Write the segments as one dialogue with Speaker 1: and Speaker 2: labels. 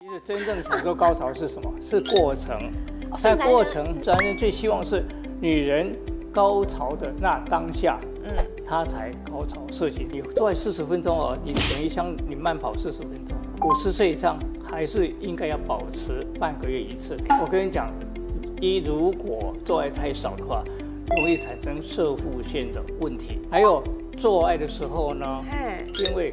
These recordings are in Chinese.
Speaker 1: 其实真正处于高潮是什么？ 是过程。
Speaker 2: 哦所以
Speaker 1: 在
Speaker 2: 男
Speaker 1: 过
Speaker 2: 人
Speaker 1: 程，男人最希望是女人高潮的那当下，
Speaker 2: 嗯，
Speaker 1: 她才高潮射精。你做四十分钟哦，你等于像你慢跑四十分钟。五十岁以上还是应该要保持半个月一次。我跟你讲，一如果做爱太少的话，容易产生射护腺的问题。还有做爱的时候呢，
Speaker 2: 哎，
Speaker 1: 因为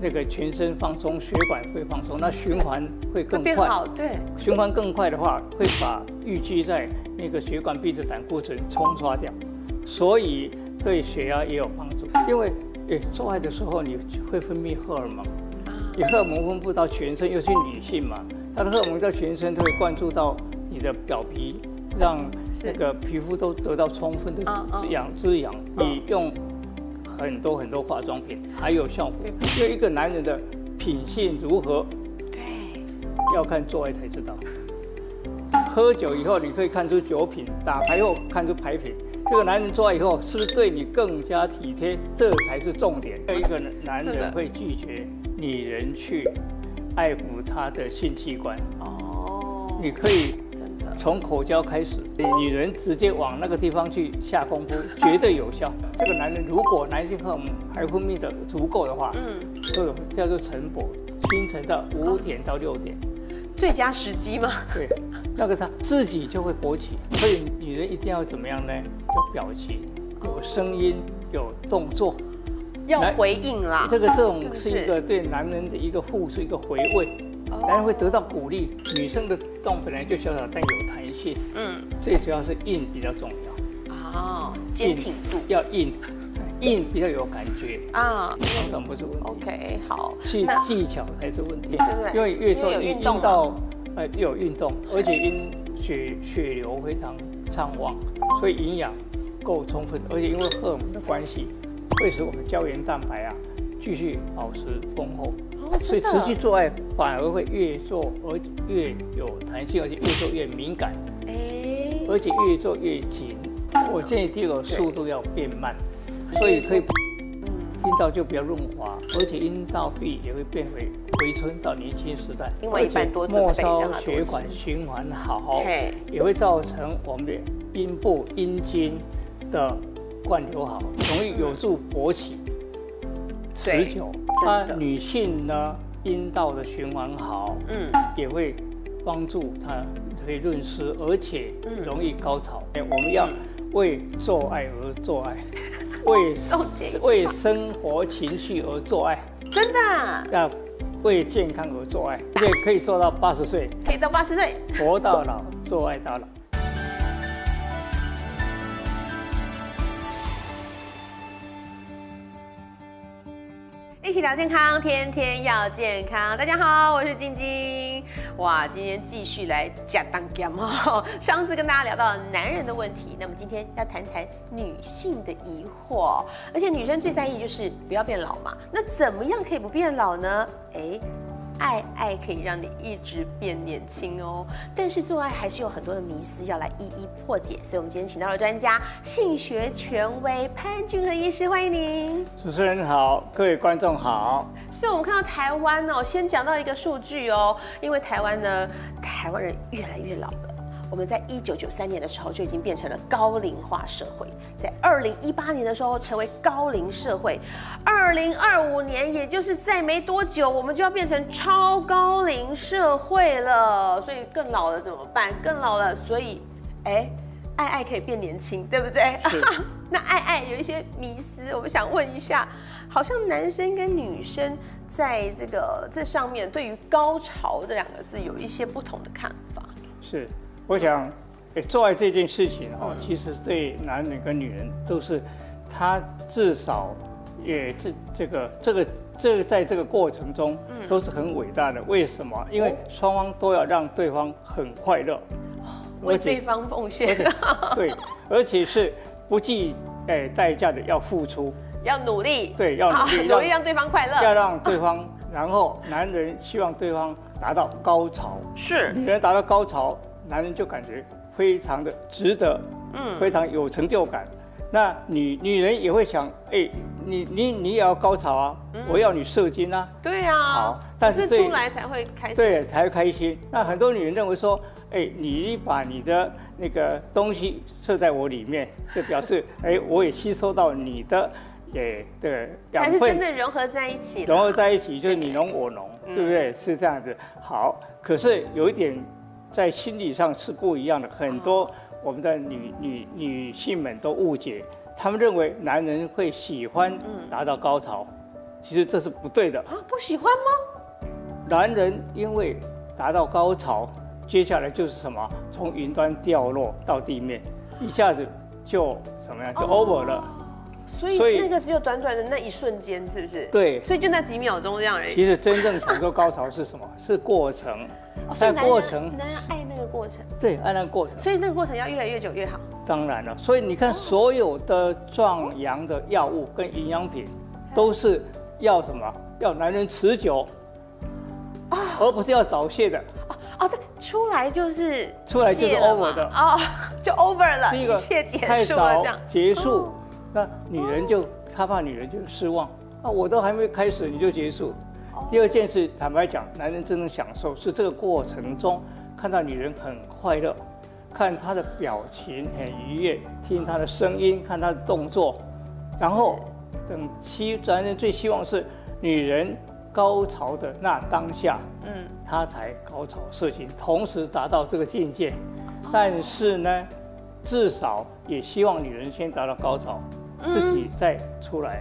Speaker 1: 那个全身放松，血管会放松，那循环会
Speaker 2: 会
Speaker 1: 更
Speaker 2: 变
Speaker 1: 快。
Speaker 2: 好，对，
Speaker 1: 循环更快的话，会把淤积在那个血管壁的胆固醇冲刷掉，所以对血压也有帮助。因为诶，做爱的时候你会分泌荷尔蒙，
Speaker 2: 啊，
Speaker 1: 你荷尔蒙分布到全身，尤其女性嘛，她的荷尔蒙在全身都会灌注到你的表皮，让
Speaker 2: 是
Speaker 1: 那个皮肤都得到充分的
Speaker 2: 嗯嗯
Speaker 1: 滋养滋养。
Speaker 2: 嗯
Speaker 1: 你用很多很多化妆品还有效果，因为一个男人的品性如何，
Speaker 2: 对，
Speaker 1: 要看做爱才知道。喝酒以后，你可以看出酒品；打牌后看出牌品。这个男人做爱以后，是不是对你更加体贴？这才是重点。一个男
Speaker 2: 是的
Speaker 1: 人会拒绝女人去爱抚他的性器官，
Speaker 2: 哦，
Speaker 1: 你可以
Speaker 2: 真的，
Speaker 1: 从口交开始，女人直接往那个地方去下功夫，绝对有效。这个男人如果男性荷尔蒙还分泌的足够的话，
Speaker 2: 嗯，
Speaker 1: 这种叫做晨勃，清晨的五点到六点。
Speaker 2: 最佳时机嘛，
Speaker 1: 对，那个他自己就会勃起，所以女人一定要怎么样呢？有表情，有声音，有动作。
Speaker 2: 要
Speaker 1: 来
Speaker 2: 回应啦，
Speaker 1: 这个这
Speaker 2: 是
Speaker 1: 种
Speaker 2: 不
Speaker 1: 是
Speaker 2: 是
Speaker 1: 一个对男人的一个付出，一个回味，
Speaker 2: 哦
Speaker 1: 男人会得到鼓励。女生的洞本来就小小，但有弹性，
Speaker 2: 嗯，
Speaker 1: 最主要是硬比较重要，
Speaker 2: 哦，坚挺度
Speaker 1: 要硬，硬比较有感觉，
Speaker 2: 啊
Speaker 1: 成本不是问题。
Speaker 2: ，OK，好，
Speaker 1: 技技巧才是问题，
Speaker 2: 对
Speaker 1: 因为越做
Speaker 2: 因为
Speaker 1: 越
Speaker 2: 有运动嘛
Speaker 1: 阴道，呃，有运动，而且因血血流非常畅旺，所以营养够充分，而且因为荷尔蒙的关系，会使我们胶原蛋白啊继续保持丰厚，
Speaker 2: 哦
Speaker 1: 所以
Speaker 2: 真
Speaker 1: 持
Speaker 2: 的
Speaker 1: 续做爱反而会越做而越有弹性，而且越做越敏感，
Speaker 2: 哎，
Speaker 1: 而且越做越紧。我建议第一个速度要变慢，所以可以
Speaker 2: 嗯，
Speaker 1: 阴道就比较润滑，而且阴道壁也会变回回春到年轻时代，
Speaker 2: 因为一般多
Speaker 1: 而且
Speaker 2: 准备
Speaker 1: 末
Speaker 2: 让它
Speaker 1: 梢
Speaker 2: 多
Speaker 1: 血管
Speaker 2: 吃
Speaker 1: 循环好
Speaker 2: 嘿，
Speaker 1: 也会造成我们的阴部阴茎的灌流好，容易有助勃起持
Speaker 2: 对
Speaker 1: 久。
Speaker 2: 真
Speaker 1: 那
Speaker 2: 的
Speaker 1: 女性呢，阴道的循环好，
Speaker 2: 嗯，
Speaker 1: 也会帮助她可以润湿，而且容易高潮。哎、我们要为做爱而做 爱，为
Speaker 2: 哦这
Speaker 1: 为生活情趣而做爱，
Speaker 2: 真的，啊
Speaker 1: 要为健康而做爱，也可以做到八十岁，
Speaker 2: 可以到八十岁，
Speaker 1: 活到老，做爱到老。
Speaker 2: 一起聊健康，天天要健康。大家好，我是晶晶。哇，今天继续来讲当讲哦。 上次跟大家聊到了男人的问题，那么今天要谈谈女性的疑惑。而且女生最在意就是不要变老嘛。那怎么样可以不变老呢？哎。爱爱可以让你一直变年轻哦，但是做爱还是有很多的迷思要来一一破解，所以我们今天请到了专家性学权威潘俊和医师，欢迎您。
Speaker 1: 主持人好，各位观众好。
Speaker 2: 所以我们看到台湾哦，先讲到一个数据哦，因为台湾呢，台湾人越来越老了。我们在一九九三年的时候就已经变成了高龄化社会，在二零一八年的时候成为高龄社会，二零二五年也就是再没多久，我们就要变成超高龄社会了。所以更老了怎么办？更老了，所以，哎，爱爱可以变年轻，对不对？
Speaker 1: 是
Speaker 2: 那爱爱有一些迷思，我们想问一下，好像男生跟女生在这个这上面，对于“高潮”这两个字有一些不同的看法。
Speaker 1: 是，我想，诶做爱这件事情哈、
Speaker 2: 嗯
Speaker 1: 哦，其实对男人跟女人都是，他至少也这这个这个这个在这个过程中
Speaker 2: 嗯
Speaker 1: 都是很伟大的。为什么？因
Speaker 2: 哦
Speaker 1: 为双方都要让对方很快乐，
Speaker 2: 哦为
Speaker 1: 而且
Speaker 2: 对方奉献，
Speaker 1: 对，而且是不计诶代价的要付出，
Speaker 2: 要努力，
Speaker 1: 对要努
Speaker 2: 好
Speaker 1: 力
Speaker 2: 努力让对方快
Speaker 1: 要
Speaker 2: 乐，
Speaker 1: 让对方，然后男人希望对方达到高潮。
Speaker 2: 是，
Speaker 1: 女人达到高潮，男人就感觉非常的值得，嗯，非常有成就感。那女女人也会想，哎，你你你也要高潮啊，
Speaker 2: 嗯
Speaker 1: 我要你射精啊，
Speaker 2: 对呀、
Speaker 1: 好但是
Speaker 2: 是
Speaker 1: 这
Speaker 2: 出来才会开始。
Speaker 1: 对，才会开心。那很多女人认为说，哎，你把你的那个东西射在我里面，就表示哎，我也吸收到你的，哎，的
Speaker 2: 才
Speaker 1: 养
Speaker 2: 是真
Speaker 1: 分，
Speaker 2: 的融合在一起了。
Speaker 1: 融合在一起，就是你侬我侬，对不对？是这样子。好，可是有一点在心理上是不一样的，很多我们的女女女性们都误解，她们认为男人会喜欢达到高潮，其实这是不对的。
Speaker 2: 啊，不喜欢吗？
Speaker 1: 男人因为达到高潮，接下来就是什么？从云端掉落到地面，一下子就怎么样？就 over 了。
Speaker 2: 所以
Speaker 1: 所以
Speaker 2: 那个只有短短的那一瞬间，是不是？
Speaker 1: 对
Speaker 2: 所以就那几秒钟这样而已。
Speaker 1: 其实真正享受高潮是什么？是过程
Speaker 2: 哦，所以
Speaker 1: 在
Speaker 2: 男
Speaker 1: 过
Speaker 2: 人
Speaker 1: 程，
Speaker 2: 男人爱那个过程，
Speaker 1: 对，按照过程。
Speaker 2: 所以那个过程要越来越久越好。
Speaker 1: 当然了，所以你看，所有的壮阳的药物跟营养品，都是要什么？要男人持久，而不是要早泄的。
Speaker 2: 哦哦，对，出来就是
Speaker 1: 出来就是
Speaker 2: 谢了嘛
Speaker 1: over 的
Speaker 2: 哦，就 over 了，
Speaker 1: 第一
Speaker 2: 一
Speaker 1: 个
Speaker 2: 切结
Speaker 1: 太
Speaker 2: 束了这
Speaker 1: 早
Speaker 2: 样。
Speaker 1: 结束
Speaker 2: 哦，
Speaker 1: 那女人就她怕女人就失望啊，我都还没开始你就结束。
Speaker 2: 哦
Speaker 1: 第二件事，坦白讲，男人真正享受是这个过程中看到女人很快乐，看她的表情很愉悦，听她的声音，看她的动作，然后等希男人最希望是女人高潮的那当下，
Speaker 2: 嗯，
Speaker 1: 他才高潮射精，同时达到这个境界。
Speaker 2: 哦
Speaker 1: 但是呢，至少也希望女人先达到高潮，
Speaker 2: 嗯
Speaker 1: 自己再出来。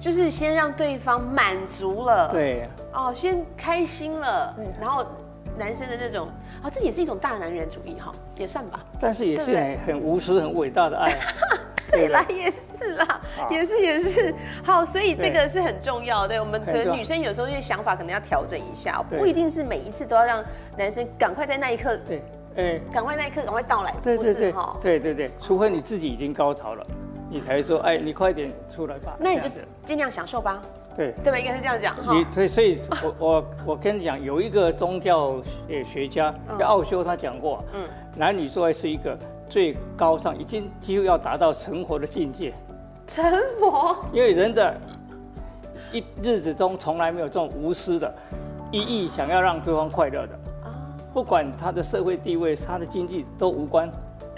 Speaker 2: 就是先让对方满足了，，
Speaker 1: 对，
Speaker 2: 哦，先开心了，然后男生的那种，啊、这也是一种大男人主义哈，也算吧。
Speaker 1: 但是也是很很无私、很伟大的爱 啊。
Speaker 2: 对
Speaker 1: 不
Speaker 2: 啦， 也是啦，
Speaker 1: 啊
Speaker 2: 也是也是。好，所以这个是很重要的。对我们可
Speaker 1: 很重
Speaker 2: 能
Speaker 1: 要
Speaker 2: 女生有时候这些想法可能要调整一下，
Speaker 1: 对
Speaker 2: 不一定是每一次都要让男生赶快在那一刻，
Speaker 1: 对，哎，
Speaker 2: 赶快那一刻赶快到来，
Speaker 1: 对
Speaker 2: 不
Speaker 1: 对
Speaker 2: 是哦
Speaker 1: 对
Speaker 2: 哈，
Speaker 1: 对对对，除非你自己已经高潮了，你才说，哎，你快点出来吧。
Speaker 2: 那你
Speaker 1: 这
Speaker 2: 就
Speaker 1: 样子
Speaker 2: 尽量享受吧，
Speaker 1: 对。
Speaker 2: 对吧？应该是这样讲哈。
Speaker 1: 你对，所以我我我跟你讲，有一个宗教学学家叫奥修，他讲过，
Speaker 2: 嗯
Speaker 1: 嗯，男女做爱是一个最高尚，已经几乎要达到成佛的境界，
Speaker 2: 成佛
Speaker 1: 因为人的一日子中从来没有这种无私的、一意想要让对方快乐的，
Speaker 2: 啊，
Speaker 1: 不管他的社会地位、他的经济都无关，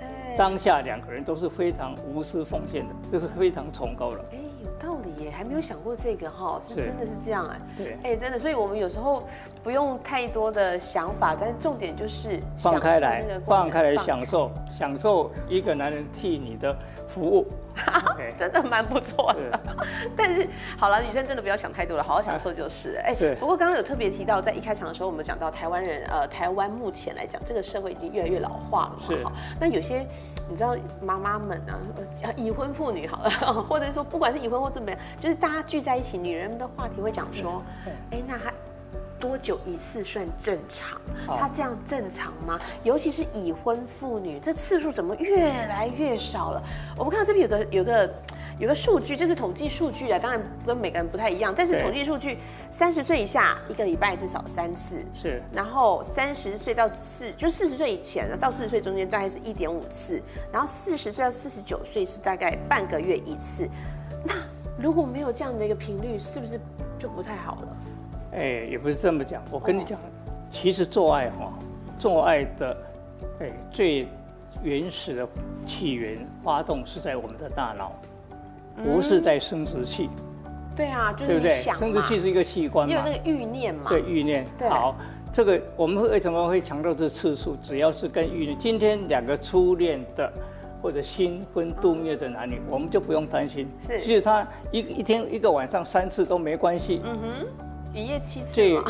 Speaker 2: 哎
Speaker 1: 当下两个人都是非常无私奉献的，这是非常崇高的。
Speaker 2: 哎，有道理耶，还没有想过这个哈，是
Speaker 1: 是
Speaker 2: 真的是这样哎。
Speaker 1: 对，
Speaker 2: 哎、真的，所以我们有时候不用太多的想法，但重点就是
Speaker 1: 放开来
Speaker 2: 享受那个，过程
Speaker 1: 放开来，享受，享受一个男人替你的服 务。OK，
Speaker 2: 真的蛮不错的。
Speaker 1: 是
Speaker 2: 但是好了，女生真的不要想太多了，好好享受就是了。哎、
Speaker 1: 是
Speaker 2: 不过刚刚有特别提到，在一开场的时候，我们讲到台湾人，呃，台湾目前来讲，这个社会已经越来越老化了嘛。
Speaker 1: 是
Speaker 2: 哈那有些。你知道妈妈们啊，呃已婚妇女好了， 或者说不管是已婚或怎么样，就是大家聚在一起，女人的话题会讲说，哎，那她多久一次算正常？
Speaker 1: 好
Speaker 2: 她这样正常吗？尤其是已婚妇女，这次数怎么越来越少了？我们看到这边有个有个有个数据，这是统计数据啊，当然跟每个人不太一样，但是
Speaker 1: 对
Speaker 2: 统计数据，三十岁以下一个礼拜至少三次。
Speaker 1: 是
Speaker 2: 然后三十岁到四，就四十岁以前到四十岁中间大概是一点五次，然后四十岁到四十九岁是大概半个月一次。那如果没有这样的一个频率，是不是就不太好了？
Speaker 1: 哎、也不是这么讲。我跟你讲，
Speaker 2: 哦
Speaker 1: 其实做爱哈，做爱的哎、最原始的起源发动是在我们的大脑，不是在生殖器，
Speaker 2: 对啊，就是
Speaker 1: 对不
Speaker 2: 嗯你
Speaker 1: 对？
Speaker 2: 想
Speaker 1: 生殖
Speaker 2: 嘛，
Speaker 1: 器是一个器官
Speaker 2: 你有
Speaker 1: 嘛
Speaker 2: 那，个欲念嘛，
Speaker 1: 对，欲念
Speaker 2: 对。
Speaker 1: 好，这个我们会为什么会强调这次数？只要是跟欲念，今天两个初恋的。或者新婚度蜜月的男女，我们就不用担心。
Speaker 2: 是
Speaker 1: 其实他一一天一个晚上三次都没关系。
Speaker 2: 嗯一夜七次
Speaker 1: 最
Speaker 2: 嘛，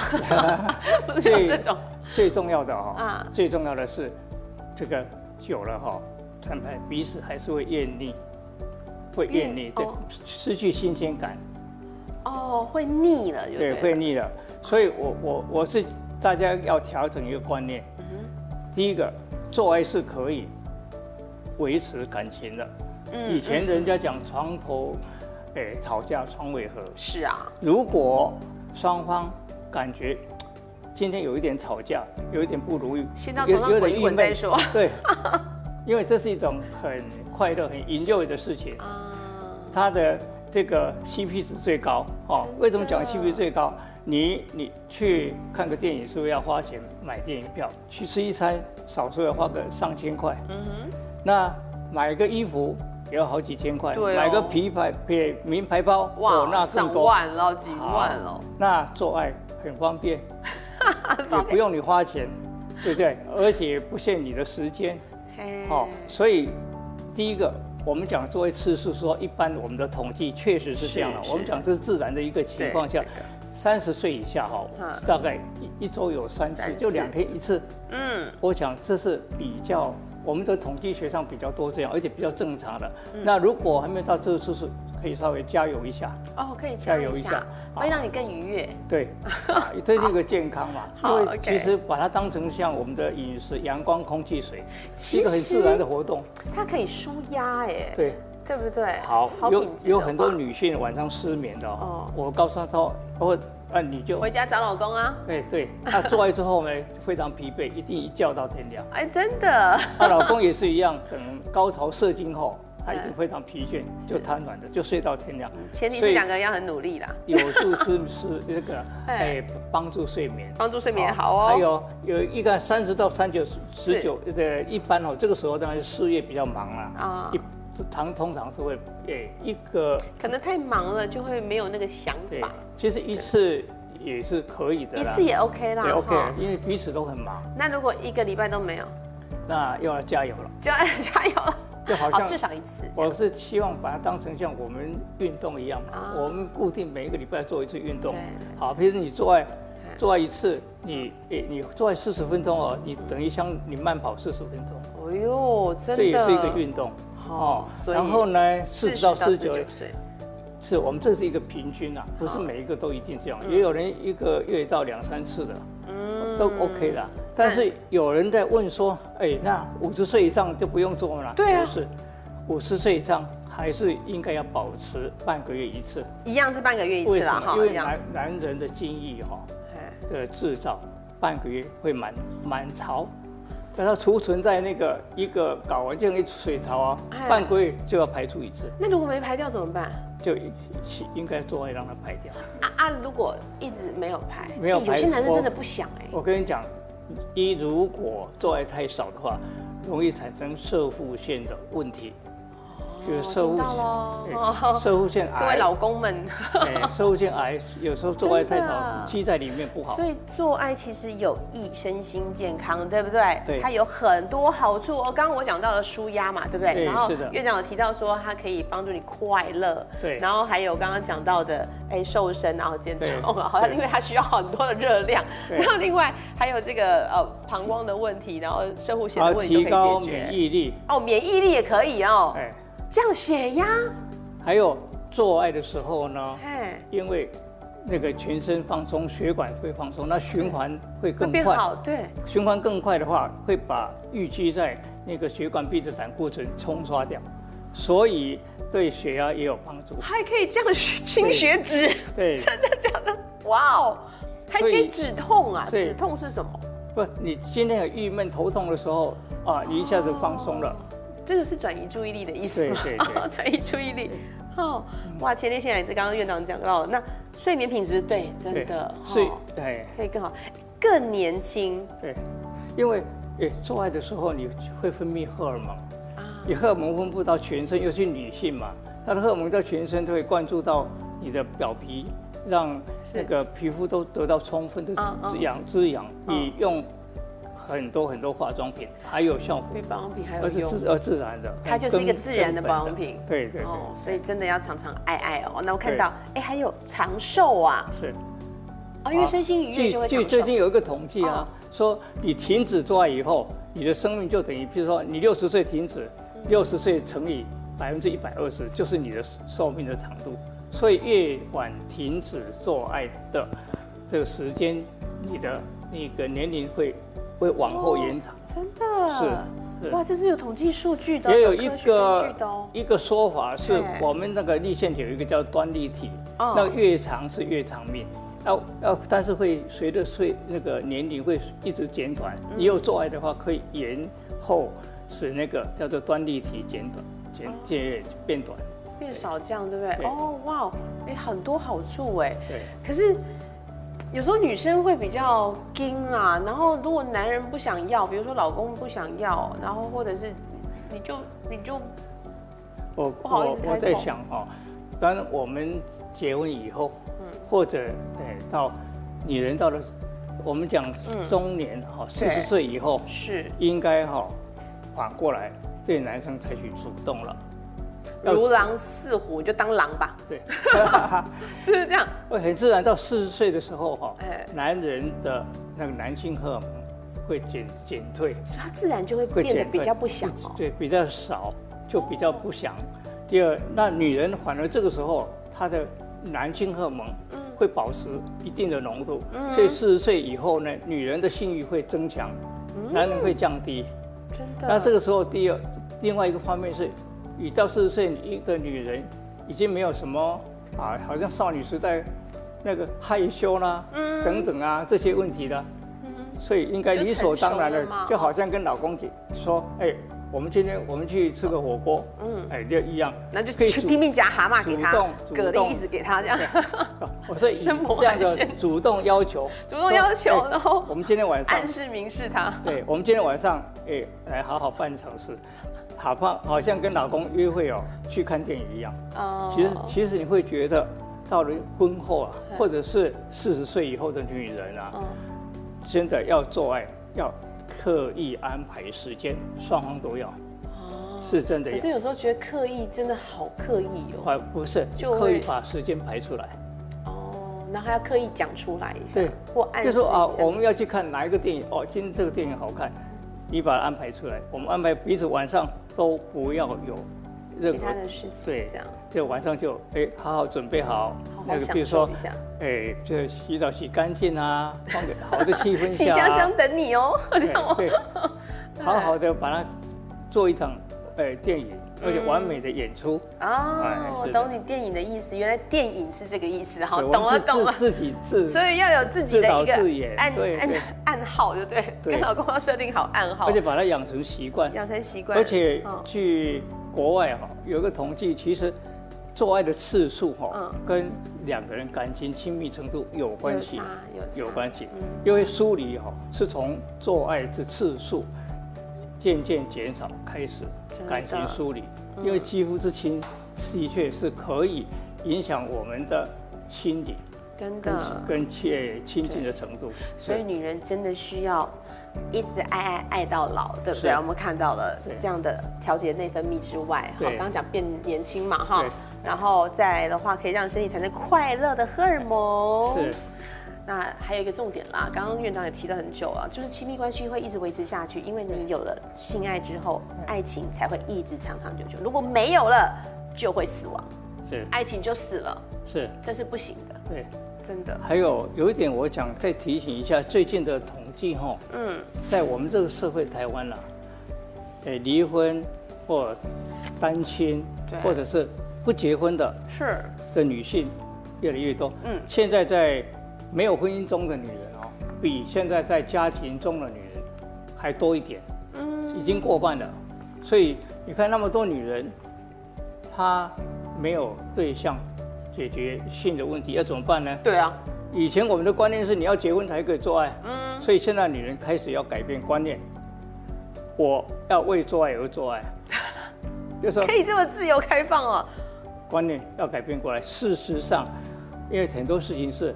Speaker 2: 不是有这种
Speaker 1: 最重要的哈、哦，
Speaker 2: 啊
Speaker 1: 最重要的是，这个久了哈、哦，坦白彼此还是会厌腻，会厌
Speaker 2: 厌
Speaker 1: 腻，对，
Speaker 2: 哦
Speaker 1: 失去新鲜感，
Speaker 2: 哦，会腻了，就
Speaker 1: 对，
Speaker 2: 对
Speaker 1: 会
Speaker 2: 了
Speaker 1: 腻了。所以我我我是大家要调整一个观念，
Speaker 2: 嗯
Speaker 1: 第一个，做爱是可以维持感情的。
Speaker 2: 嗯
Speaker 1: 以前人家讲床头，哎、吵架床尾和，
Speaker 2: 是啊，
Speaker 1: 如果双方感觉今天有一点吵架，有一点不如意，
Speaker 2: 先到
Speaker 1: 有
Speaker 2: 床上
Speaker 1: 有点
Speaker 2: 滚一滚
Speaker 1: 郁闷
Speaker 2: 再说
Speaker 1: 对，因为这是一种很快乐、很 enjoy 的事情，
Speaker 2: 啊，
Speaker 1: 它的这个 CP 值最高哦
Speaker 2: 真的。
Speaker 1: 为什么讲 CP 最高？你你去看个电影是不是要花钱买电影票？去吃一餐少说要花个上千块，
Speaker 2: 嗯
Speaker 1: 那买个衣服也要好几千块，
Speaker 2: 对哦
Speaker 1: 买个皮牌皮名牌包，
Speaker 2: 哼，
Speaker 1: 哦，那
Speaker 2: 哇，
Speaker 1: 更
Speaker 2: 上
Speaker 1: 多。
Speaker 2: 万了，几万了，
Speaker 1: 那做爱很方 便，也不用你花钱，对不对？而且也不限你的时间，
Speaker 2: 嘿
Speaker 1: 哦，所以第一个。我们讲作为次数说，一般我们的统计确实是这样的。
Speaker 2: 是是
Speaker 1: 我们讲这是自然的一个情况下
Speaker 2: 对，这个
Speaker 1: 三十岁以下哈
Speaker 2: 嗯，
Speaker 1: 大概一一周有三次
Speaker 2: 三，次
Speaker 1: 就两天一次。
Speaker 2: 嗯，
Speaker 1: 我想这是比较我们的统计学上比较多这样，而且比较正常的。
Speaker 2: 嗯
Speaker 1: 那如果还没有到这个次数，可以稍微加油一下。
Speaker 2: 哦，可以
Speaker 1: 加
Speaker 2: 加
Speaker 1: 油
Speaker 2: 一
Speaker 1: 一下啊
Speaker 2: 下，哎会让你更愉悦。。
Speaker 1: 对，啊这是一个健康嘛
Speaker 2: 好
Speaker 1: 因为
Speaker 2: OK
Speaker 1: 其实把它当成像我们的饮食、阳光、空气、水，
Speaker 2: 其
Speaker 1: 是一个很
Speaker 2: 实
Speaker 1: 自然的活动。
Speaker 2: 它可以舒压哎，
Speaker 1: 对，
Speaker 2: 对不对？
Speaker 1: 好，有
Speaker 2: 品质
Speaker 1: 有
Speaker 2: 的
Speaker 1: 很多
Speaker 2: 话
Speaker 1: 女性晚上失眠的
Speaker 2: 哦
Speaker 1: 哦。我告诉她说，哦，啊，你就，
Speaker 2: 回家找老公啊，
Speaker 1: 哎，对，她做爱之后呢，非常疲惫，一定一觉到天亮。
Speaker 2: 哎，真的，
Speaker 1: 她老公也是一样，等高潮射精后，她
Speaker 2: 哎
Speaker 1: 一定非常疲倦，就瘫软的，就睡到天亮。
Speaker 2: 前提
Speaker 1: 所
Speaker 2: 是
Speaker 1: 以
Speaker 2: 两个人要很努力啦，
Speaker 1: 有助是是那个，
Speaker 2: 哎
Speaker 1: 哎，帮助睡眠。
Speaker 2: 帮助睡眠好哦。
Speaker 1: 还有有一个三十到三九十九的，一般哦，这个时候当然事业比较忙啦、
Speaker 2: 啊
Speaker 1: 一常通常是会诶一个
Speaker 2: 可能太忙了，就会没有那个想
Speaker 1: 对
Speaker 2: 法。，
Speaker 1: 其实一次也是可以的
Speaker 2: 一
Speaker 1: 啦。
Speaker 2: 次也 OK 啦
Speaker 1: 对，OK，
Speaker 2: 哈
Speaker 1: 因为彼此都很忙，
Speaker 2: 那如果一个礼拜都没有，
Speaker 1: 那又要加油了。
Speaker 2: 就加油了。
Speaker 1: 就好
Speaker 2: 好，至
Speaker 1: 像
Speaker 2: 少一次。
Speaker 1: 我是期望把它当成像我们运动一样嘛，
Speaker 2: 啊
Speaker 1: 我们固定每一个礼拜做一次运动
Speaker 2: 对。嗯
Speaker 1: 好，比如你做爱，做爱一次，你诶你做爱四十分钟哦，你等于像你慢跑四十分钟，
Speaker 2: 哎呦，真的，
Speaker 1: 这也是一个运动。哦
Speaker 2: 好，，
Speaker 1: 然后呢，四
Speaker 2: 四
Speaker 1: 十
Speaker 2: 十
Speaker 1: 到
Speaker 2: 到
Speaker 1: 四
Speaker 2: 四
Speaker 1: 十九
Speaker 2: 九哦岁，
Speaker 1: 是我们这是一个平均啊，不是每一个都一定这样，也有人一个月到两三次的，
Speaker 2: 嗯
Speaker 1: 都 OK 的。但是有人在问说，哎，那五十岁以上就不用做了？
Speaker 2: 对啊
Speaker 1: 不是，五十岁以上还是应该要保持半个月一次。
Speaker 2: 一样是半个月一次
Speaker 1: 为什
Speaker 2: 啦，
Speaker 1: 么？
Speaker 2: 哈，
Speaker 1: 因为
Speaker 2: 一样。
Speaker 1: 男男人的精液哈
Speaker 2: 哎
Speaker 1: 的制造，半个月会满满潮。但它储存在那个一个睾丸这样一水槽啊
Speaker 2: 哎，
Speaker 1: 半个月就要排出一次。
Speaker 2: 那如果没排掉怎么办？
Speaker 1: 就应该做爱让它排掉。
Speaker 2: 啊啊！如果一直没有排，
Speaker 1: 没有
Speaker 2: 哎有
Speaker 1: 排
Speaker 2: 些男生
Speaker 1: 我
Speaker 2: 真的不想哎，
Speaker 1: 我跟你讲，一如果做爱太少的话，容易产生射腹腺的问题，就是射
Speaker 2: 哦听
Speaker 1: 腹
Speaker 2: 到
Speaker 1: 哎
Speaker 2: 喽。
Speaker 1: 射腹 腺
Speaker 2: 各位
Speaker 1: 癌，
Speaker 2: 老公们，
Speaker 1: 哎，射腹腺癌有时候做爱太
Speaker 2: 真的
Speaker 1: 少，积在里面不好
Speaker 2: 所。以做爱其实有益身心健康，对不对？
Speaker 1: 对
Speaker 2: 它有很多好处哦。刚刚我讲到了舒压嘛，对不对？
Speaker 1: 对
Speaker 2: 然后
Speaker 1: 是的
Speaker 2: 院长有提到说，它可以帮助你快乐。
Speaker 1: 对
Speaker 2: 然后还有刚刚讲到的，哎，瘦身然后减
Speaker 1: 对
Speaker 2: 重了，好像
Speaker 1: 对
Speaker 2: 因为它需要很多的热量。
Speaker 1: 对
Speaker 2: 然后另外还有这个呃膀胱的问题，然后射护腺
Speaker 1: 然
Speaker 2: 的
Speaker 1: 后
Speaker 2: 问题
Speaker 1: 提
Speaker 2: 都可以
Speaker 1: 高
Speaker 2: 解
Speaker 1: 免
Speaker 2: 决。
Speaker 1: 疫力，
Speaker 2: 哦，免疫力也可以哦，
Speaker 1: 哎，
Speaker 2: 降血压，
Speaker 1: 还有做爱的时候呢，
Speaker 2: 哎，
Speaker 1: 因为那个全身放松，血管会放松，那循环会
Speaker 2: 会
Speaker 1: 更
Speaker 2: 变
Speaker 1: 快。
Speaker 2: 好，对，
Speaker 1: 循环更快的话，会把淤积在那个血管壁的胆固醇冲刷掉，所以对血压也有帮助。
Speaker 2: 还可以降血清血脂。
Speaker 1: 对，
Speaker 2: 真的假的？哇哦，还可
Speaker 1: 所
Speaker 2: 以
Speaker 1: 以
Speaker 2: 止痛啊！
Speaker 1: 所以
Speaker 2: 止痛是什么？
Speaker 1: 不，你今天有郁闷、头痛的时候啊，你一下子放松了。
Speaker 2: 这个是转移注意力的意思吗？
Speaker 1: 对对对
Speaker 2: 转移注意力。哦，哇！前列腺癌，这刚刚院长讲到了，那睡眠品质对，真的
Speaker 1: 所以
Speaker 2: 哦
Speaker 1: 哎，
Speaker 2: 可以更好，更年轻
Speaker 1: 对，因为诶做爱的时候你会分泌荷尔蒙，
Speaker 2: 啊，
Speaker 1: 你荷尔蒙分布到全身，尤其女性嘛，她的荷尔蒙在全身都会灌注到你的表皮，让
Speaker 2: 是
Speaker 1: 那个皮肤都得到充分的
Speaker 2: 嗯嗯
Speaker 1: 滋养滋养。
Speaker 2: 嗯
Speaker 1: 你用很多很多化妆品还有效果，
Speaker 2: 比保养品还有
Speaker 1: 而是
Speaker 2: 用。
Speaker 1: 自而自然的，
Speaker 2: 嗯它就是一个自然的
Speaker 1: 根本
Speaker 2: 保养品
Speaker 1: 对对对，
Speaker 2: 哦，所以真的要常常爱爱哦。那我看
Speaker 1: 对
Speaker 2: 到，哎，还有长寿啊，
Speaker 1: 是。
Speaker 2: 哦，因为
Speaker 1: 啊
Speaker 2: 身心愉悦
Speaker 1: 据
Speaker 2: 就会哦
Speaker 1: 据
Speaker 2: 长
Speaker 1: 最
Speaker 2: 寿。
Speaker 1: 近有一个统计啊，说你停止做爱以后，你的生命就等于，比如说你六十岁停止，
Speaker 2: 嗯
Speaker 1: 六十岁乘以百分之一百二十，就是你的寿命的长度。所以越晚停止做爱的这个时间，你的那个年龄会会往后延长。
Speaker 2: 真的
Speaker 1: 是是
Speaker 2: 哇，这是有统计数据的哦，
Speaker 1: 也有
Speaker 2: 科
Speaker 1: 一
Speaker 2: 学根
Speaker 1: 个
Speaker 2: 据的哦
Speaker 1: 一个说法是
Speaker 2: 哎，
Speaker 1: 我们那个立腺体有一个叫端粒体，
Speaker 2: 哦
Speaker 1: 那越长是越长命。要要，但是会随
Speaker 2: 嗯
Speaker 1: 着岁那个年龄会一直减短。你有做爱的话，可以延后使那个叫做端粒体减短、
Speaker 2: 哦
Speaker 1: 减减变短。
Speaker 2: 变少这样，对不对？
Speaker 1: 对
Speaker 2: 哦，哇哦，哎，很多好处哎。
Speaker 1: 对，
Speaker 2: 可是有时候女生会比较硬啦，然后如果男人不想要，比如说老公不想要，然后或者是你就你就
Speaker 1: 我
Speaker 2: 不好意
Speaker 1: 我
Speaker 2: 思
Speaker 1: 我
Speaker 2: 开
Speaker 1: 在
Speaker 2: 口
Speaker 1: 想哦，当然我们结婚以后，
Speaker 2: 嗯
Speaker 1: 或者哎到女人到了我们讲
Speaker 2: 嗯
Speaker 1: 中年哈，四
Speaker 2: 对
Speaker 1: 十岁以后，
Speaker 2: 是
Speaker 1: 应该哈、反过来对男生采取主动了。要
Speaker 2: 如狼似虎，就当狼吧，
Speaker 1: 对，
Speaker 2: 是不是这样？
Speaker 1: 会很自然到四十岁的时候哈、
Speaker 2: 哎
Speaker 1: 男人的那个男性荷尔蒙会减减退，
Speaker 2: 所以它自然就会
Speaker 1: 会
Speaker 2: 变得
Speaker 1: 减退
Speaker 2: 比较不想哦。
Speaker 1: 对，比较少，就比较不想。第二，那女人反而这个时候她的男性荷尔蒙会保持一定的浓度，所以四十岁以后呢，女人的性欲会增强，男人会降低。
Speaker 2: 真的。
Speaker 1: 那这个时候，第二，另外一个方面是，你到四十岁，一个女人已经没有什么啊，好像少女时代那个害羞啦、
Speaker 2: 嗯
Speaker 1: 等等啊这些问题的，所以应该
Speaker 2: 就
Speaker 1: 理所当然
Speaker 2: 成熟了嘛
Speaker 1: 的，就好像跟老公姐说，哎，我们今天我们去吃个火锅，嗯，哎，就一样，
Speaker 2: 那就
Speaker 1: 可以
Speaker 2: 去
Speaker 1: 主
Speaker 2: 拼命夹蛤蟆给他
Speaker 1: 主动，主
Speaker 2: 蛤蜊
Speaker 1: 动
Speaker 2: 一直给他这样，
Speaker 1: 我是以
Speaker 2: 生猛
Speaker 1: 这样
Speaker 2: 海
Speaker 1: 的
Speaker 2: 鲜
Speaker 1: 主动要 求，
Speaker 2: 主动要求
Speaker 1: 说哎
Speaker 2: 然后
Speaker 1: 我们今天晚上
Speaker 2: 暗示明示他。
Speaker 1: 对，我们今天晚上哎、来好好办一场事，好怕好像跟老公约会哦，去看电影一样。
Speaker 2: 哦
Speaker 1: 其实其实你会觉得，到了婚后啊，或者是四十岁以后的女人啊，
Speaker 2: 嗯
Speaker 1: 真的要做爱要刻意安排时间，双方都要，
Speaker 2: 哦
Speaker 1: 是真的
Speaker 2: 可是
Speaker 1: 要。
Speaker 2: 有时候觉得刻意真的好刻意哦，
Speaker 1: 啊，不是，
Speaker 2: 就会
Speaker 1: 刻意把时间排出来，
Speaker 2: 哦，然后还要刻意讲出来一下
Speaker 1: 对，
Speaker 2: 或暗示
Speaker 1: 就
Speaker 2: 一
Speaker 1: 说
Speaker 2: 下
Speaker 1: 啊，我们要去看哪一个电影，哦，今天这个电影好看，你把它安排出来，我们安排彼此晚上都不要有任
Speaker 2: 其
Speaker 1: 何
Speaker 2: 他的事情，
Speaker 1: 对，
Speaker 2: 这样
Speaker 1: 就晚上就哎，好好准备好，
Speaker 2: 好
Speaker 1: 那
Speaker 2: 好
Speaker 1: 个比
Speaker 2: 享
Speaker 1: 如说
Speaker 2: 受一下，
Speaker 1: 哎，这洗澡洗干净啊，放个好的气 氛
Speaker 2: 请
Speaker 1: 下、
Speaker 2: 香
Speaker 1: 啊
Speaker 2: 香，等你哦，这
Speaker 1: 对
Speaker 2: 样哦，
Speaker 1: 对，好好的把它做一场哎电影，而且完美的演出， 哎
Speaker 2: 哦，我
Speaker 1: 是的
Speaker 2: 懂你电影的意思，原来电影是这个意思，好，
Speaker 1: 对我
Speaker 2: 懂
Speaker 1: 们
Speaker 2: 了
Speaker 1: 自
Speaker 2: 懂了。
Speaker 1: 自自己自，
Speaker 2: 所以要有自己的一
Speaker 1: 自
Speaker 2: 个
Speaker 1: 导自演
Speaker 2: 暗
Speaker 1: 对
Speaker 2: 暗
Speaker 1: 对
Speaker 2: 暗号，就对，
Speaker 1: 对
Speaker 2: 跟老公要设定好暗号
Speaker 1: 而且，把它养成习惯，
Speaker 2: 养成习惯，
Speaker 1: 而且
Speaker 2: 嗯
Speaker 1: 去国外哈、有个统计，其实做爱的次数哈、
Speaker 2: 嗯
Speaker 1: 跟两个人感情亲密程度有关系
Speaker 2: 有差，嗯有
Speaker 1: 有
Speaker 2: 差
Speaker 1: 关系。因为梳理哈、是从做爱的次数渐渐减少开始
Speaker 2: 真的，嗯
Speaker 1: 感情梳理，因为肌肤之亲的确是可以影响我们的心理
Speaker 2: 真
Speaker 1: 跟
Speaker 2: 的，
Speaker 1: 跟亲亲近的程度，
Speaker 2: 所以女人真的需要一直爱爱爱到老，对不对？
Speaker 1: 是
Speaker 2: 我们看到了
Speaker 1: 对
Speaker 2: 这样的调节内分泌之外，哈，
Speaker 1: 对
Speaker 2: 刚刚讲变年轻嘛，哈
Speaker 1: 对，
Speaker 2: 然后再来的话，可以让身体产生快乐的荷尔蒙。
Speaker 1: 是。
Speaker 2: 那还有一个重点啦，刚刚院长也提了很久啊，就是亲密关系会一直维持下去，因为你有了性爱之后，爱情才会一直长长久久。如果没有了，就会死亡，
Speaker 1: 是
Speaker 2: 爱情就死了，
Speaker 1: 是，
Speaker 2: 这是不行的，
Speaker 1: 对。
Speaker 2: 真的。
Speaker 1: 还有有一点，我想再提醒一下，最近的统计哈、
Speaker 2: 嗯，
Speaker 1: 在我们这个社会台湾啦、诶，离婚或单亲
Speaker 2: 对，
Speaker 1: 或者是不结婚的
Speaker 2: 是，
Speaker 1: 的女性越来越多。
Speaker 2: 嗯，
Speaker 1: 现在在没有婚姻中的女人哦，比现在在家庭中的女人还多一点，嗯，已经过半了。所以你看那么多女人，她没有对象解决性的问题，要怎么办呢？
Speaker 2: 对啊，
Speaker 1: 以前我们的观念是你要结婚才可以做爱，嗯，所以现在女人开始要改变观念，我要为做爱而做爱，就是说
Speaker 2: 可以这么自由开放哦。
Speaker 1: 观念要改变过来。事实上，因为很多事情是，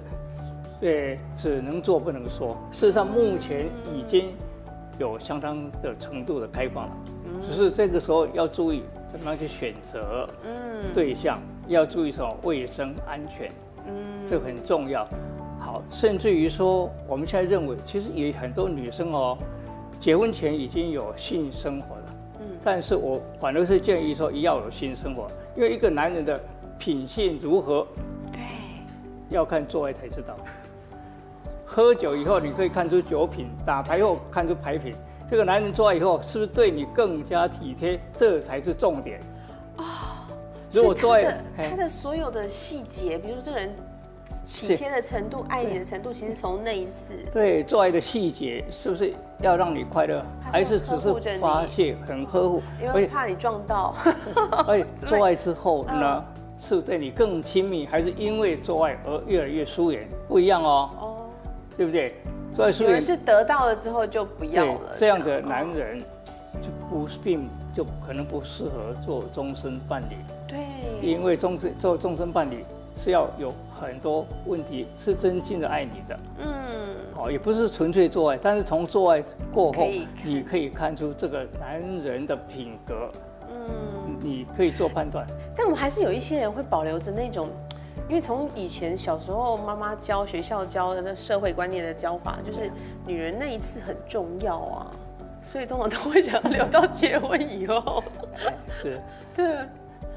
Speaker 1: 呃，只能做不能说。事实上，目前已经有相当的程度的开放了，只是这个时候要注意怎么样去选择
Speaker 2: 嗯
Speaker 1: 对象，要注意什么卫生安全，嗯，这个很重要。好，甚至于说，我们现在认为，其实也很多女生哦，结婚前已经有性生活了。
Speaker 2: 嗯
Speaker 1: 但是我反而是建议说，要有性生活，因为一个男人的品性如何，
Speaker 2: 对，
Speaker 1: 要看做爱才知道。喝酒以后，你可以看出酒品；打牌后看出牌品。这个男人做爱以后，是不是对你更加体贴？这才是重点。如果做
Speaker 2: 哦所以
Speaker 1: 爱
Speaker 2: 他的，
Speaker 1: 嘿
Speaker 2: 他的所有的细节，比如说这个人体贴的程度、爱你的程度，其实从那一次，
Speaker 1: 对做爱的细节是不是要让你快乐，
Speaker 2: 还
Speaker 1: 还
Speaker 2: 是
Speaker 1: 是
Speaker 2: 很
Speaker 1: 只
Speaker 2: 呵
Speaker 1: 是
Speaker 2: 护着你
Speaker 1: 发泄很呵护？
Speaker 2: 因
Speaker 1: 而
Speaker 2: 为
Speaker 1: 且
Speaker 2: 怕你撞 到，
Speaker 1: 而 且做爱之后呢，是对你更亲密，还是因为做爱而越来越疏远？不一样哦，
Speaker 2: 哦，
Speaker 1: 对不对？做爱疏
Speaker 2: 有人
Speaker 1: 远，
Speaker 2: 是得到了之后就不要
Speaker 1: 对
Speaker 2: 了，
Speaker 1: 这样的
Speaker 2: 哦
Speaker 1: 男人就不是并就可能不适合做终身伴侣。
Speaker 2: 对，
Speaker 1: 因为终身做终身伴侣是要有很多问题，是真心的爱你的，
Speaker 2: 嗯，
Speaker 1: 哦，也不是纯粹做爱，但是从做爱过
Speaker 2: 可
Speaker 1: 后
Speaker 2: 以，
Speaker 1: 你可以看出这个男人的品格，
Speaker 2: 嗯，
Speaker 1: 你可以做判断。
Speaker 2: 但我们还是有一些人会保留着那种，因为从以前小时候妈妈教、学校教的那社会观念的教法，就是女人那一次很重要啊，所以通常都会想要留到结婚以后。
Speaker 1: 哎是，
Speaker 2: 对，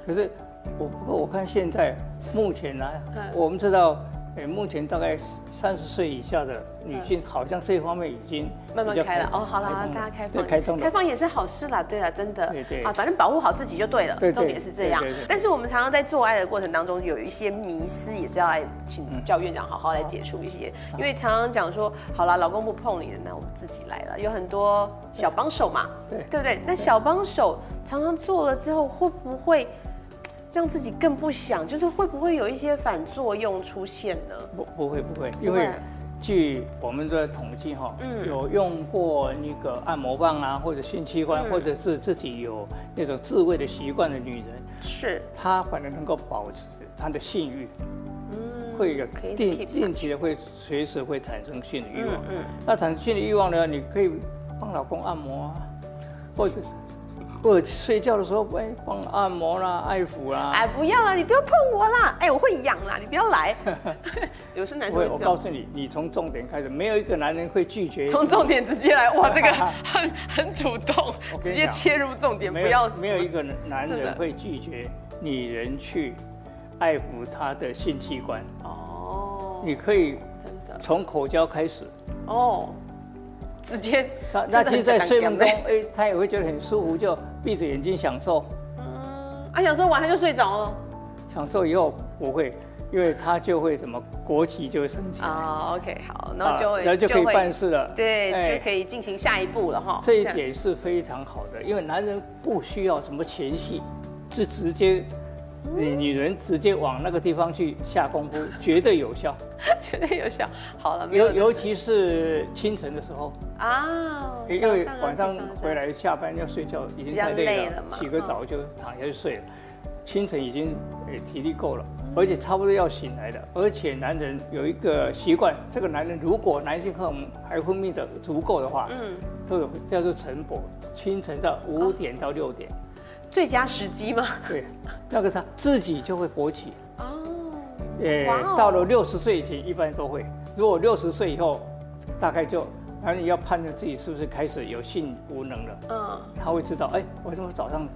Speaker 1: 可是我不过我看现在目前呢、
Speaker 2: 嗯
Speaker 1: 我们知道，哎，目前大概三十岁以下的女性，好像这方面已经
Speaker 2: 嗯慢慢
Speaker 1: 比较
Speaker 2: 开了哦，好啦
Speaker 1: 通，
Speaker 2: 大家开放，
Speaker 1: 对开通了
Speaker 2: 开。放也是好事啦，对啦，真的，
Speaker 1: 对对
Speaker 2: 啊，反正保护好自己就对了，
Speaker 1: 对对
Speaker 2: 重点是这样
Speaker 1: 对对对。
Speaker 2: 但是我们常常在做爱的过程当中，有一些迷失，也是要来请教院长好嗯好来解除一些，因为常常讲说，好啦，老公不碰你的，那我们自己来了，有很多小帮手嘛，
Speaker 1: 对
Speaker 2: 对不对？那小帮手常常做了之后，会不会？让自己更不想，就是会不会有一些反作用出现呢？
Speaker 1: 不不会不会，因
Speaker 2: 会啊
Speaker 1: 为据我们的统计哈、
Speaker 2: 嗯
Speaker 1: 有用过那个按摩棒啊，或者性器官，
Speaker 2: 嗯
Speaker 1: 或者是自己有那种自慰的习惯的女人，
Speaker 2: 是，
Speaker 1: 她反而能够保持她的性欲，
Speaker 2: 嗯
Speaker 1: 会有
Speaker 2: 可以
Speaker 1: 定
Speaker 2: keep 下
Speaker 1: 定期的会随时会产生性的欲望。
Speaker 2: 嗯
Speaker 1: 那产生性的欲望呢，你可以帮老公按摩啊，或者或者睡觉的时候哎帮按摩啦、爱抚啦、
Speaker 2: 哎，不要啦，你不要碰我啦！哎，我会痒啦，你不 要来。有时男
Speaker 1: 不
Speaker 2: 生
Speaker 1: 会，
Speaker 2: 会
Speaker 1: 我
Speaker 2: 这
Speaker 1: 告
Speaker 2: 样，
Speaker 1: 诉你，你从重点开始，没有一个男人会拒绝。
Speaker 2: 从重点直接来，哇，这个很很主动，
Speaker 1: 我跟
Speaker 2: 直
Speaker 1: 你
Speaker 2: 接
Speaker 1: 讲
Speaker 2: 切入重点，不
Speaker 1: 没有
Speaker 2: 要
Speaker 1: 没有一个男
Speaker 2: 真的
Speaker 1: 人会拒绝女人去爱抚他的性器官。
Speaker 2: 哦，
Speaker 1: 你可以
Speaker 2: 真的
Speaker 1: 从口交开始，
Speaker 2: 哦，直接
Speaker 1: 那
Speaker 2: 真的
Speaker 1: 那
Speaker 2: 很
Speaker 1: 其实，在睡梦中，
Speaker 2: 简单
Speaker 1: 哎，他也会觉得很舒服，就闭着眼睛享受，
Speaker 2: 嗯，啊，想说晚上就睡着了
Speaker 1: 享受以后不会，因为他就会什么国旗就会升起来，
Speaker 2: 啊，OK，好，然后就
Speaker 1: 啊
Speaker 2: 会
Speaker 1: 然后就可以
Speaker 2: 会
Speaker 1: 办事了。
Speaker 2: 对，
Speaker 1: 哎
Speaker 2: 就可以进行下一步了哈。
Speaker 1: 这一
Speaker 2: 样
Speaker 1: 点是非常好的，因为男人不需要什么前戏，是直接，女女人直接往那个地方去下功夫，绝对有效。
Speaker 2: 绝对有效。好了，没有
Speaker 1: 尤尤其是清晨的时候，
Speaker 2: 啊，
Speaker 1: 因为
Speaker 2: 早啊
Speaker 1: 晚上
Speaker 2: 早啊
Speaker 1: 回来下班要睡觉，已经
Speaker 2: 比较
Speaker 1: 太
Speaker 2: 累
Speaker 1: 累
Speaker 2: 了
Speaker 1: 了
Speaker 2: 嘛，
Speaker 1: 洗个澡就躺下去睡了。清晨已经诶体力够了，而且差不多要醒来了。而且男人有一个习惯，这个男人如果男性荷尔蒙还分泌的足够的话，
Speaker 2: 嗯，
Speaker 1: 都有叫做晨勃，清晨到五点到六点，
Speaker 2: 哦最佳时机嘛。
Speaker 1: 对，那个他自己就会勃起。
Speaker 2: 哦，
Speaker 1: 呃
Speaker 2: 哇哦，
Speaker 1: 到了六十岁以前一般都会，如果六十岁以后，大概就，然后你要判断自己是不是开始有性无能了，
Speaker 2: 嗯，
Speaker 1: 他会知道，哎，我怎么早上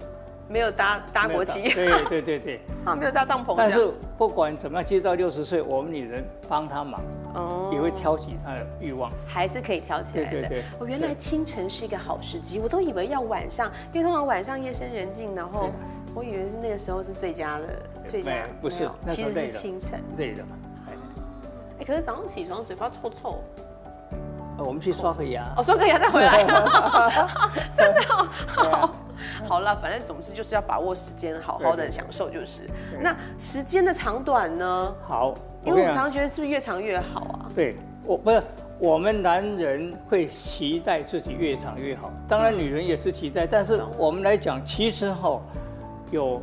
Speaker 2: 没有搭搭
Speaker 1: 没有
Speaker 2: 国
Speaker 1: 打
Speaker 2: 旗，
Speaker 1: 对对对 对。
Speaker 2: 啊，没有搭帐篷这
Speaker 1: 但
Speaker 2: 样，
Speaker 1: 是不管怎么样，其实到六十岁，我们女人帮他忙，
Speaker 2: 哦
Speaker 1: 也会挑起他的欲望。
Speaker 2: 还是可以挑起来的。
Speaker 1: 对对对
Speaker 2: 我原来清晨是一个好时机，我都以为要晚上，因为通常晚上夜深人静，然后
Speaker 1: 对
Speaker 2: 我以为是那个时候是最佳的，最佳
Speaker 1: 没有不
Speaker 2: 没
Speaker 1: 是
Speaker 2: 有
Speaker 1: 那
Speaker 2: 其
Speaker 1: 时候
Speaker 2: 实是
Speaker 1: 累了
Speaker 2: 清晨。
Speaker 1: 对的，哎
Speaker 2: 哎，可是早上起床嘴巴臭臭，
Speaker 1: 呃我们去刷个牙。
Speaker 2: 哦，刷个牙再回来， 真的哦、
Speaker 1: 对啊
Speaker 2: 好了，反正总之就是要把握时间，好好
Speaker 1: 对
Speaker 2: 的
Speaker 1: 对
Speaker 2: 享受就是。
Speaker 1: 对
Speaker 2: 那时间的长短呢？
Speaker 1: 好，
Speaker 2: 因
Speaker 1: 我跟
Speaker 2: 为我
Speaker 1: 你
Speaker 2: 们常
Speaker 1: 讲，
Speaker 2: 常觉得是不是越长越好啊？
Speaker 1: 对我不是我们男人会期待自己越长越好，当然女人也是期待，但是
Speaker 2: 嗯
Speaker 1: 我们来讲，其实哈有。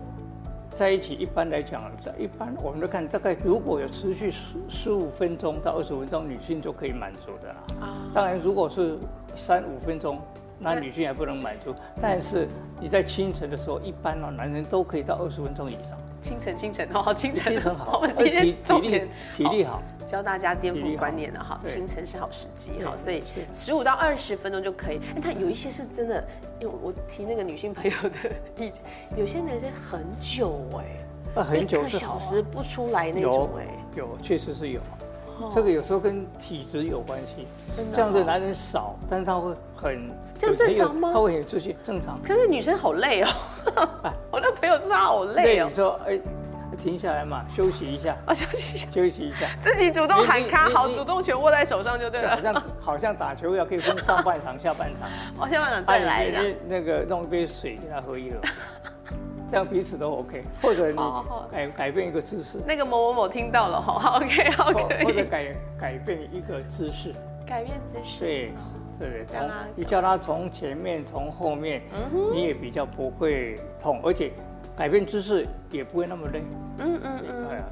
Speaker 1: 在一起一般来讲，在一般我们都看大概如果有持续十十五分钟到二十分钟，女性就可以满足的啦。
Speaker 2: 啊，
Speaker 1: 当然，如果是三五分钟，那
Speaker 2: 那
Speaker 1: 女性还不能满足。但是你在清晨的时候，一般呢、男人都可以到二十分钟以 上，
Speaker 2: 清晨清晨，哦好清晨，
Speaker 1: 精神好，
Speaker 2: 我们
Speaker 1: 而
Speaker 2: 今
Speaker 1: 且
Speaker 2: 天
Speaker 1: 体体
Speaker 2: 重
Speaker 1: 力
Speaker 2: 点
Speaker 1: 体力好，
Speaker 2: 教大家颠
Speaker 1: 体
Speaker 2: 覆
Speaker 1: 力好
Speaker 2: 观念了哈，
Speaker 1: 对
Speaker 2: 清晨是好时机
Speaker 1: 对
Speaker 2: 哈，
Speaker 1: 对
Speaker 2: 所以十五到二十分钟就可以。哎，但有一些是真的，因为我提那个女性朋友的意见，有些男生很久哎，
Speaker 1: 那很
Speaker 2: 一
Speaker 1: 久
Speaker 2: 个
Speaker 1: 是好
Speaker 2: 小
Speaker 1: 啊。
Speaker 2: 时不出来那种
Speaker 1: 有
Speaker 2: 哎，
Speaker 1: 有，确实是有。
Speaker 2: 哦
Speaker 1: 这个有时候跟体质有关系
Speaker 2: 真的，
Speaker 1: 这样的
Speaker 2: 哦
Speaker 1: 男人少，但是他会很
Speaker 2: 这
Speaker 1: 有
Speaker 2: 样正常吗
Speaker 1: 他会很自信，正常。哎
Speaker 2: 可是女生好累哦，我那朋友是她好累
Speaker 1: 那
Speaker 2: 哦
Speaker 1: 你，说，哎，停下来嘛，休息一下，
Speaker 2: 哦，休息一下，
Speaker 1: 休息一 下，
Speaker 2: 自己主动喊
Speaker 1: 你
Speaker 2: 卡，
Speaker 1: 你
Speaker 2: 好，
Speaker 1: 你
Speaker 2: 主动权握在手上就对
Speaker 1: 就
Speaker 2: 了
Speaker 1: 好。像好像打球一样，可以分上半场、下半 场。啊
Speaker 2: 哦我下半场再来一
Speaker 1: 啊你
Speaker 2: 个。
Speaker 1: 你那个弄一杯水给他喝 一喝，这样彼此都 OK。或者你
Speaker 2: 好好
Speaker 1: 改改变一个姿势，
Speaker 2: 那个某某某听到了，好好，OK，好，
Speaker 1: 或
Speaker 2: 可
Speaker 1: 哦或者
Speaker 2: 以。
Speaker 1: 改改变一个姿势，
Speaker 2: 改变姿势。
Speaker 1: 对对对，
Speaker 2: 让
Speaker 1: 从
Speaker 2: 他嗯
Speaker 1: 你叫他从前面从后面，你也比较不会痛，而且改变姿势也不会那么累。
Speaker 2: 嗯嗯嗯。
Speaker 1: 哎呀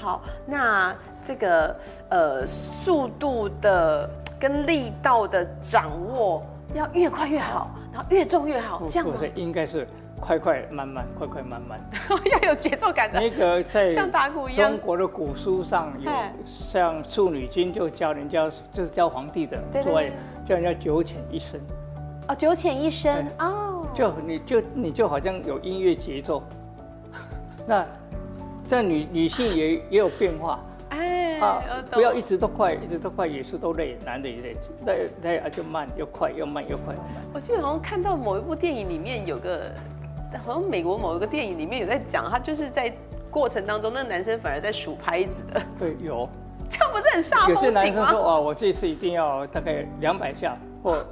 Speaker 2: 好，那这个呃速度的跟力道的掌握要越快越好，然后越重越好
Speaker 1: 不，
Speaker 2: 哦这
Speaker 1: 嗯
Speaker 2: 样啊
Speaker 1: 不
Speaker 2: 吗？
Speaker 1: 是应该是快快慢慢，快快慢慢。
Speaker 2: 要有节奏感的，
Speaker 1: 那个在
Speaker 2: 像打鼓一样
Speaker 1: 中。国的古书上有
Speaker 2: 哎，
Speaker 1: 像《处女经》就教人家就是教皇帝的
Speaker 2: 对对
Speaker 1: 做爱
Speaker 2: 对，
Speaker 1: 叫人家九浅一深，
Speaker 2: 哦，九浅一深哦，
Speaker 1: 就你就你就好像有音乐节奏。 那在女女性也也有变化
Speaker 2: 哎，
Speaker 1: 啊
Speaker 2: 我，懂
Speaker 1: 不要一直都快，一直都快也是都累，男的也累，那那啊就慢又快又慢又快又慢。
Speaker 2: 我记得好像看到某一部电影里面有个，好像美国某一个电影里面有在讲，他就是在过程当中，那个男生反而在数拍子的，
Speaker 1: 对，有
Speaker 2: 这样不是很煞
Speaker 1: 有些
Speaker 2: 风
Speaker 1: 男
Speaker 2: 景
Speaker 1: 生说
Speaker 2: 吗？
Speaker 1: 哇，我这次一定要大概两百下或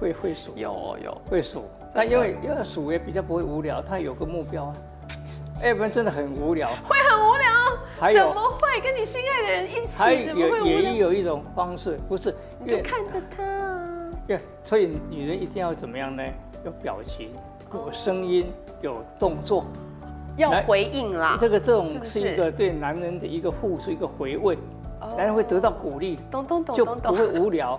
Speaker 1: 会会数。
Speaker 2: 有有，
Speaker 1: 会数，那因为因为数也比较不会无聊，他有个目标啊，要不然真的很无聊。
Speaker 2: 会很无聊，
Speaker 1: 还
Speaker 2: 怎
Speaker 1: 有
Speaker 2: 么会跟你心爱的人一起？
Speaker 1: 还
Speaker 2: 怎么会
Speaker 1: 有
Speaker 2: 无聊
Speaker 1: 也？有一种方式，不是
Speaker 2: 你
Speaker 1: 因
Speaker 2: 就
Speaker 1: 为
Speaker 2: 看着他啊，
Speaker 1: 因为所以女人一定要怎么样呢？有表情，有声音，有动作。
Speaker 2: 要
Speaker 1: 来
Speaker 2: 回应啦，
Speaker 1: 这个这
Speaker 2: 是不
Speaker 1: 种
Speaker 2: 啊是
Speaker 1: 是一个对男人的一个付出，一个回味，
Speaker 2: 哦
Speaker 1: 男人会得到鼓励，
Speaker 2: 懂懂懂
Speaker 1: 就
Speaker 2: 懂
Speaker 1: 不
Speaker 2: 懂，
Speaker 1: 会无聊。